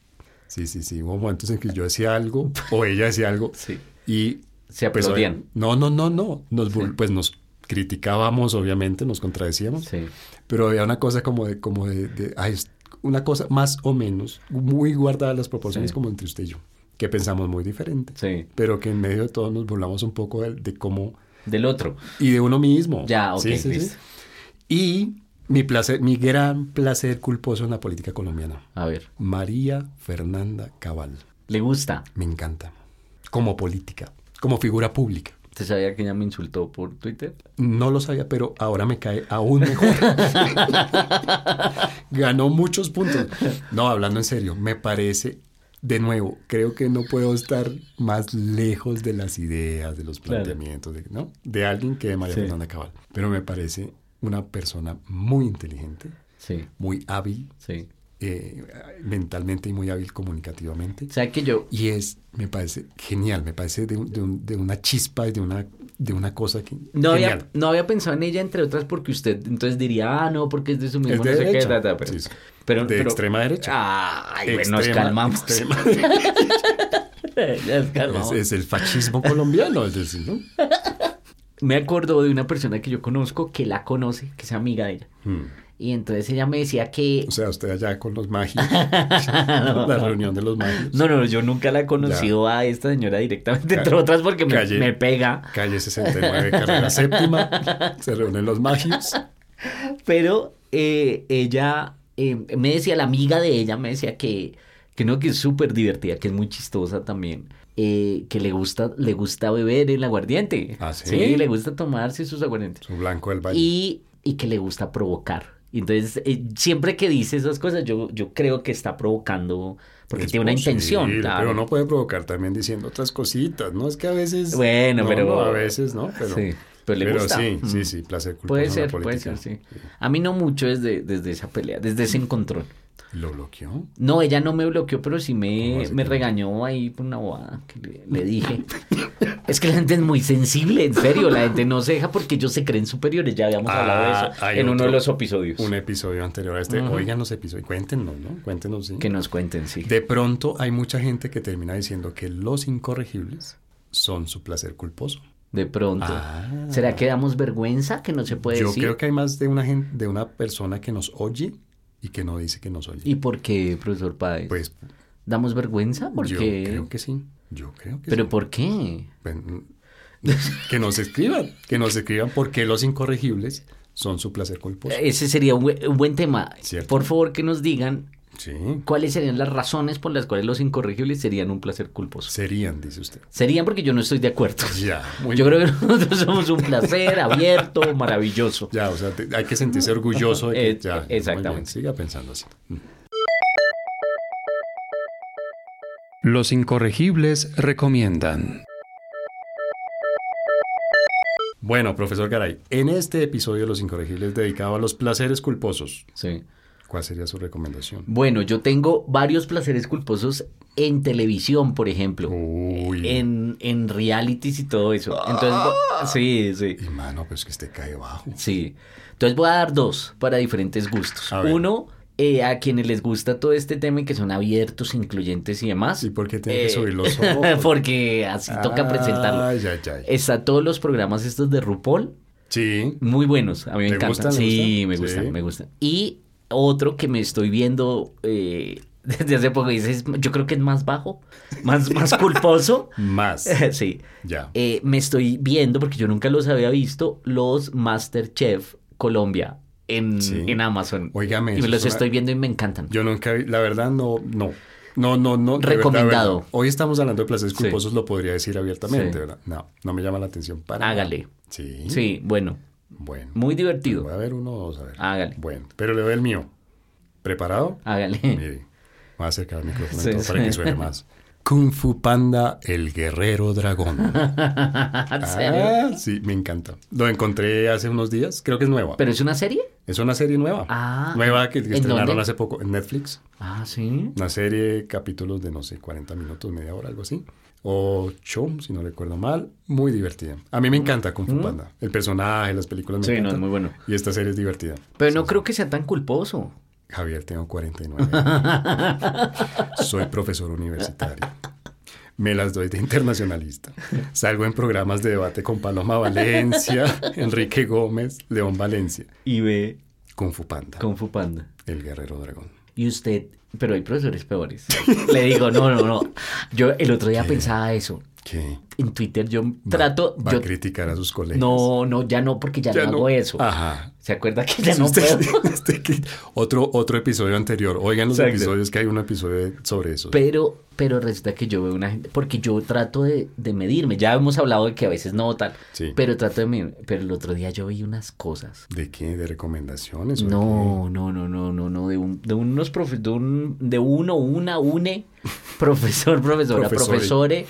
Speaker 1: sí, sí, sí. Hubo momentos en que yo hacía algo o ella hacía algo.
Speaker 2: Sí.
Speaker 1: Y
Speaker 2: Se
Speaker 1: pues,
Speaker 2: aplaudían.
Speaker 1: no, no, no, no. Nos, bur- Pues nos criticábamos, obviamente, nos contradecíamos.
Speaker 2: Sí.
Speaker 1: Pero había una cosa como de, como de, de- ay, es- una cosa más o menos, muy guardada las proporciones
Speaker 2: Sí.
Speaker 1: como entre usted y yo, que pensamos muy diferente.
Speaker 2: Sí.
Speaker 1: Pero que en medio de todo nos burlamos un poco de, de cómo,
Speaker 2: Del otro.
Speaker 1: y de uno mismo.
Speaker 2: Ya, ok,
Speaker 1: Sí, sí, sí.
Speaker 2: listo.
Speaker 1: Y mi placer, mi gran placer culposo en la política colombiana,
Speaker 2: A ver,
Speaker 1: María Fernanda Cabal.
Speaker 2: le gusta.
Speaker 1: Me encanta. Como política, como figura pública.
Speaker 2: ¿Usted sabía que ella me insultó por Twitter?
Speaker 1: No lo sabía, pero ahora me cae aún mejor. Ganó muchos puntos. No, hablando en serio, me parece, de nuevo, creo que no puedo estar más lejos de las ideas, de los
Speaker 2: Claro.
Speaker 1: planteamientos, de, ¿no? De alguien que de María
Speaker 2: Sí.
Speaker 1: Fernanda Cabal. Pero me parece una persona muy inteligente,
Speaker 2: Sí,
Speaker 1: muy hábil
Speaker 2: sí.
Speaker 1: eh, mentalmente y muy hábil comunicativamente.
Speaker 2: O sea que yo,
Speaker 1: Y es, me parece genial, me parece de, un- de un- de una chispa y de una, de una cosa que...
Speaker 2: No
Speaker 1: genial.
Speaker 2: había, no había pensado en ella, entre otras, porque usted entonces diría, ah, no, porque es de su mismo,
Speaker 1: de
Speaker 2: no sé qué,
Speaker 1: derecha.
Speaker 2: ta, ta", pero,
Speaker 1: Sí, sí.
Speaker 2: pero-
Speaker 1: De
Speaker 2: pero-
Speaker 1: extrema derecha.
Speaker 2: Ay, bueno, nos
Speaker 1: Extrema-
Speaker 2: calmamos.
Speaker 1: extrema-
Speaker 2: Nos
Speaker 1: es,
Speaker 2: calmamos.
Speaker 1: es el fascismo colombiano, es decir, ¿no?
Speaker 2: Me acuerdo de una persona que yo conozco que la conoce, que es amiga de ella.
Speaker 1: Hmm.
Speaker 2: Y entonces ella me decía que.
Speaker 1: O sea, usted allá con los magios, la reunión de los magios.
Speaker 2: No, no, yo nunca la he conocido a esta señora directamente,
Speaker 1: Ca-
Speaker 2: entre otras, porque me,
Speaker 1: calle.
Speaker 2: me pega.
Speaker 1: Calle 69, carrera séptima, se reúnen los magios.
Speaker 2: Pero eh, ella eh, me decía, la amiga de ella me decía que, que no, que es súper divertida, que es muy chistosa también. eh, que le gusta, le gusta beber el aguardiente.
Speaker 1: ¿Ah, sí?
Speaker 2: le gusta tomarse sus aguardientes.
Speaker 1: Su blanco del valle.
Speaker 2: Y, y que le gusta provocar. Entonces, eh, siempre que dice esas cosas, yo, yo creo que está provocando, porque
Speaker 1: Es
Speaker 2: tiene una
Speaker 1: Pues posible,
Speaker 2: intención. claro.
Speaker 1: Pero no puede provocar también diciendo otras cositas, ¿no? Es que a veces...
Speaker 2: Bueno,
Speaker 1: no,
Speaker 2: pero-
Speaker 1: no, a veces, ¿no? Pero,
Speaker 2: Sí, pero le gusta.
Speaker 1: sí,
Speaker 2: Mm.
Speaker 1: sí, sí, placer culposo
Speaker 2: Puede
Speaker 1: en la
Speaker 2: ser, puede
Speaker 1: política.
Speaker 2: ser, sí. A mí no mucho desde, desde esa pelea, desde ese encontrón.
Speaker 1: ¿Lo bloqueó?
Speaker 2: No, ella no me bloqueó, pero sí
Speaker 1: ¿Cómo
Speaker 2: me,
Speaker 1: así
Speaker 2: me
Speaker 1: que-
Speaker 2: regañó ahí por una bobada que le, le dije. es que la gente es muy sensible, en serio. La gente no se deja porque ellos se creen superiores. Ya habíamos
Speaker 1: Ah,
Speaker 2: hablado de eso
Speaker 1: hay
Speaker 2: en uno
Speaker 1: otro-
Speaker 2: de los episodios.
Speaker 1: un episodio anterior a este.
Speaker 2: Ujú.
Speaker 1: Oigan los episodios, cuéntenos, ¿no? Cuéntenos, sí.
Speaker 2: Que nos cuenten, sí.
Speaker 1: De pronto hay mucha gente que termina diciendo que los incorregibles son su placer culposo.
Speaker 2: De pronto.
Speaker 1: Ah.
Speaker 2: ¿Será que damos vergüenza que no se puede
Speaker 1: Yo
Speaker 2: decir?
Speaker 1: creo que hay más de una, gen- de una persona que nos oye y que no dice que nos oye.
Speaker 2: ¿Y por qué, profesor Páez?
Speaker 1: pues
Speaker 2: ¿Damos vergüenza? ¿Por
Speaker 1: yo
Speaker 2: qué?
Speaker 1: creo que sí. Yo creo que
Speaker 2: ¿Pero
Speaker 1: sí.
Speaker 2: por qué?
Speaker 1: Ven, Que nos escriban, que nos escriban porque los incorregibles son su placer culposo.
Speaker 2: Ese sería un, bu- un buen tema.
Speaker 1: Pues Cierto.
Speaker 2: Por favor, que nos digan
Speaker 1: Sí,
Speaker 2: cuáles serían las razones por las cuales los incorregibles serían un placer culposo.
Speaker 1: serían, dice usted.
Speaker 2: Serían porque yo no estoy de acuerdo.
Speaker 1: Ya, muy
Speaker 2: Yo
Speaker 1: bien.
Speaker 2: creo que nosotros somos un placer abierto, maravilloso.
Speaker 1: Ya, o sea, te- hay que sentirse orgulloso. De que,
Speaker 2: Eh,
Speaker 1: ya, muy bien,
Speaker 2: exactamente.
Speaker 1: siga pensando así. Mm. Los incorregibles recomiendan. Bueno, profesor Garay, en este episodio de Los Incorregibles dedicado a los placeres culposos,
Speaker 2: Sí.
Speaker 1: ¿cuál sería su recomendación?
Speaker 2: Bueno, yo tengo varios placeres culposos en televisión, por ejemplo.
Speaker 1: Uy,
Speaker 2: En, en realities y todo eso. Entonces,
Speaker 1: Ah.
Speaker 2: bo- sí, sí.
Speaker 1: y mano, pero es que este cae bajo.
Speaker 2: Sí. Entonces voy a dar dos para diferentes gustos.
Speaker 1: A ver.
Speaker 2: Uno, eh, a quienes les gusta todo este tema y que son abiertos, incluyentes y demás.
Speaker 1: ¿Y por qué tiene
Speaker 2: Eh,
Speaker 1: que subir los ojos?
Speaker 2: Porque así toca presentarlo. Eh,
Speaker 1: Ay, ay, ay.
Speaker 2: Está todos los programas estos de RuPaul,
Speaker 1: Sí,
Speaker 2: muy buenos, a mí me
Speaker 1: ¿Te
Speaker 2: encantan.
Speaker 1: gustan? ¿Te
Speaker 2: sí,
Speaker 1: gustan?
Speaker 2: me gustan,
Speaker 1: Sí.
Speaker 2: me gustan. Y otro que me estoy viendo eh, desde hace poco, dices, yo creo que es más bajo, más, más culposo.
Speaker 1: más.
Speaker 2: sí.
Speaker 1: Ya.
Speaker 2: Eh, me estoy viendo, porque yo nunca los había visto, los Masterchef Colombia en,
Speaker 1: Sí.
Speaker 2: en Amazon.
Speaker 1: Óigame,
Speaker 2: Y
Speaker 1: eso
Speaker 2: me
Speaker 1: es
Speaker 2: los
Speaker 1: una-
Speaker 2: estoy viendo y me encantan.
Speaker 1: Yo nunca vi, la verdad no, no, no, no, no. de verdad,
Speaker 2: Recomendado.
Speaker 1: verdad. Hoy estamos hablando de placeres
Speaker 2: Sí.
Speaker 1: culposos, lo podría decir abiertamente,
Speaker 2: Sí.
Speaker 1: ¿verdad? No, no me llama la atención para. nada.
Speaker 2: Hágale.
Speaker 1: Sí.
Speaker 2: Sí, bueno,
Speaker 1: Bueno. Voy
Speaker 2: muy
Speaker 1: a
Speaker 2: divertido.
Speaker 1: ver uno o dos, a ver.
Speaker 2: Hágale.
Speaker 1: Bueno, pero le doy el mío. ¿Preparado?
Speaker 2: Hágale.
Speaker 1: Mire, voy a acercar el micrófono
Speaker 2: Sí,
Speaker 1: entonces
Speaker 2: sí.
Speaker 1: para que suene más. Kung Fu Panda, el guerrero dragón.
Speaker 2: ¿En serio?
Speaker 1: Ah, sí, me encanta. Lo encontré hace unos días, creo que es nueva.
Speaker 2: ¿Pero es una serie?
Speaker 1: es una serie nueva.
Speaker 2: Ah.
Speaker 1: nueva que, que
Speaker 2: ¿En
Speaker 1: estrenaron
Speaker 2: dónde?
Speaker 1: hace poco en Netflix.
Speaker 2: Ah, sí.
Speaker 1: Una serie, capítulos de no sé, 40 minutos, media hora, algo así. O Chom, si no recuerdo mal. Muy divertida. A mí me encanta Kung Fu Panda. El personaje, las películas me
Speaker 2: Mm. Sí, no,
Speaker 1: encantan.
Speaker 2: es muy bueno.
Speaker 1: Y esta serie es divertida.
Speaker 2: Pero no creo que sea tan culposo.
Speaker 1: Javier, tengo 49 años. Soy profesor universitario. Me las doy de internacionalista. Salgo en programas de debate con Paloma Valencia, Enrique Gómez, León Valencia.
Speaker 2: Y ve
Speaker 1: Kung Fu Panda,
Speaker 2: Kung Fu Panda.
Speaker 1: el guerrero dragón.
Speaker 2: Y usted, pero hay profesores peores. Le digo, no, no, no. Yo el otro día pensaba eso.
Speaker 1: Que
Speaker 2: En Twitter yo
Speaker 1: va-
Speaker 2: trato.
Speaker 1: va
Speaker 2: yo-
Speaker 1: a criticar a sus colegas.
Speaker 2: no, no, ya no, porque ya,
Speaker 1: Ya
Speaker 2: no, Ah.
Speaker 1: no.
Speaker 2: hago eso.
Speaker 1: Ajá.
Speaker 2: ¿Se acuerda que ya
Speaker 1: Si
Speaker 2: no
Speaker 1: usted-
Speaker 2: puedo?
Speaker 1: usted que- otro, otro episodio anterior. Oigan los
Speaker 2: Exacto.
Speaker 1: episodios que hay un episodio sobre eso.
Speaker 2: Pero, pero resulta que yo veo una gente, porque yo trato de, de medirme. Ya hemos hablado de que a veces no tal,
Speaker 1: Sí.
Speaker 2: pero trato de medirme. Pero el otro día yo vi unas cosas.
Speaker 1: ¿De qué? ¿De recomendaciones? o
Speaker 2: No, no, no, no, no, no, de, un, de unos profe- de, un, de uno, una, une, profesor, profesora,
Speaker 1: Profesore.
Speaker 2: profesore,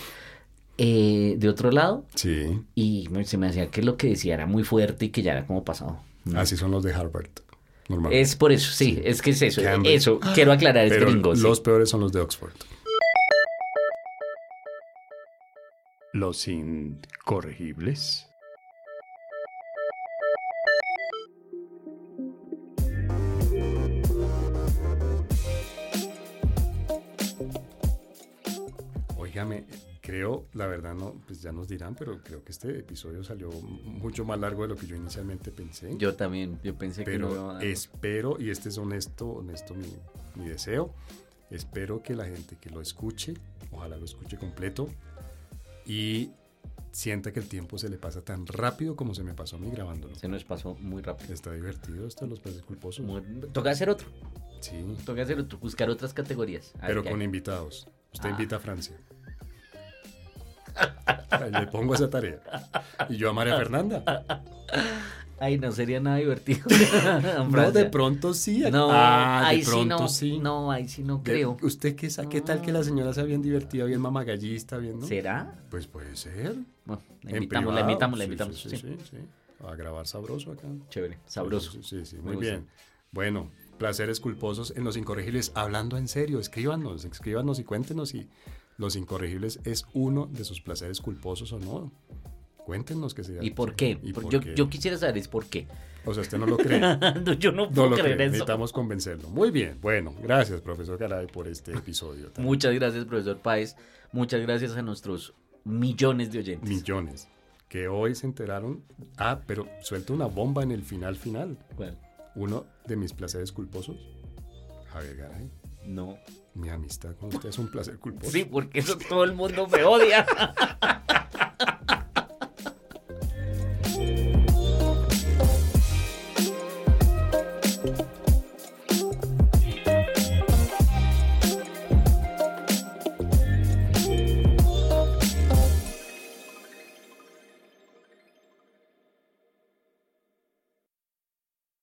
Speaker 2: eh, de otro lado,
Speaker 1: qué? Sí.
Speaker 2: y me- se me hacía que lo que decía era muy fuerte y que ya era como pasado.
Speaker 1: Así son los de Harvard. Normalmente.
Speaker 2: Es por eso, sí, es que es eso,
Speaker 1: Cambridge.
Speaker 2: eso, quiero aclarar, es
Speaker 1: Pero
Speaker 2: gringo. sí.
Speaker 1: los peores son los de Oxford. Los incorregibles. Óigame, creo, la verdad no, pues ya nos dirán, pero creo que este episodio salió mucho más largo de lo que yo inicialmente pensé.
Speaker 2: Yo también, yo pensé que no iba a
Speaker 1: Pero
Speaker 2: dar.
Speaker 1: espero, y este es honesto, honesto mi, mi deseo, espero que la gente que lo escuche, ojalá lo escuche completo, y sienta que el tiempo se le pasa tan rápido como se me pasó a mí grabándolo.
Speaker 2: se nos pasó muy rápido.
Speaker 1: Está divertido esto de los placeres culposos.
Speaker 2: Muy- Toca hacer otro,
Speaker 1: Sí,
Speaker 2: toca hacer otro, buscar otras categorías. A ver
Speaker 1: pero
Speaker 2: qué
Speaker 1: con
Speaker 2: hay.
Speaker 1: invitados. Usted
Speaker 2: Ah.
Speaker 1: invita a Francia. Ahí Le pongo esa tarea. Y yo a María Fernanda.
Speaker 2: Ay, no sería nada divertido.
Speaker 1: No, de
Speaker 2: Francia.
Speaker 1: pronto sí.
Speaker 2: No,
Speaker 1: Ah, de
Speaker 2: ahí sí
Speaker 1: pronto
Speaker 2: no,
Speaker 1: sí.
Speaker 2: no, ahí sí no
Speaker 1: De-
Speaker 2: creo.
Speaker 1: ¿Usted qué, sa- qué tal que la señora sea bien divertida, bien mamagallista, bien, no?
Speaker 2: ¿Será?
Speaker 1: Pues puede ser.
Speaker 2: Bueno, la
Speaker 1: En
Speaker 2: invitamos, la
Speaker 1: privado.
Speaker 2: invitamos, la
Speaker 1: Sí,
Speaker 2: invitamos.
Speaker 1: Sí,
Speaker 2: sí.
Speaker 1: sí, sí, sí. A grabar sabroso acá.
Speaker 2: Chévere, sabroso.
Speaker 1: Sí, sí, sí,
Speaker 2: Me
Speaker 1: muy
Speaker 2: gusta.
Speaker 1: bien. Bueno, placeres culposos en Los Incorregibles. Hablando en serio, escríbanos, escríbanos y cuéntenos si Los Incorregibles es uno de sus placeres culposos o no. Cuéntenos que sea.
Speaker 2: ¿Y por qué?
Speaker 1: ¿Y
Speaker 2: Por-
Speaker 1: por
Speaker 2: yo,
Speaker 1: qué?
Speaker 2: yo quisiera saber es por qué.
Speaker 1: O sea, usted no lo cree.
Speaker 2: No, yo no
Speaker 1: No
Speaker 2: puedo
Speaker 1: lo cree.
Speaker 2: creer eso.
Speaker 1: Necesitamos convencerlo. Muy bien. Bueno, gracias, profesor Garay, por este episodio. tan-
Speaker 2: Muchas gracias, profesor Páez. Muchas gracias a nuestros millones de oyentes.
Speaker 1: millones que hoy se enteraron. Ah, pero suelto una bomba en el final final.
Speaker 2: Bueno,
Speaker 1: Uno de mis placeres culposos, Javier Garay.
Speaker 2: no.
Speaker 1: Mi amistad con usted es un placer culposo.
Speaker 2: Sí, porque eso todo el mundo me odia.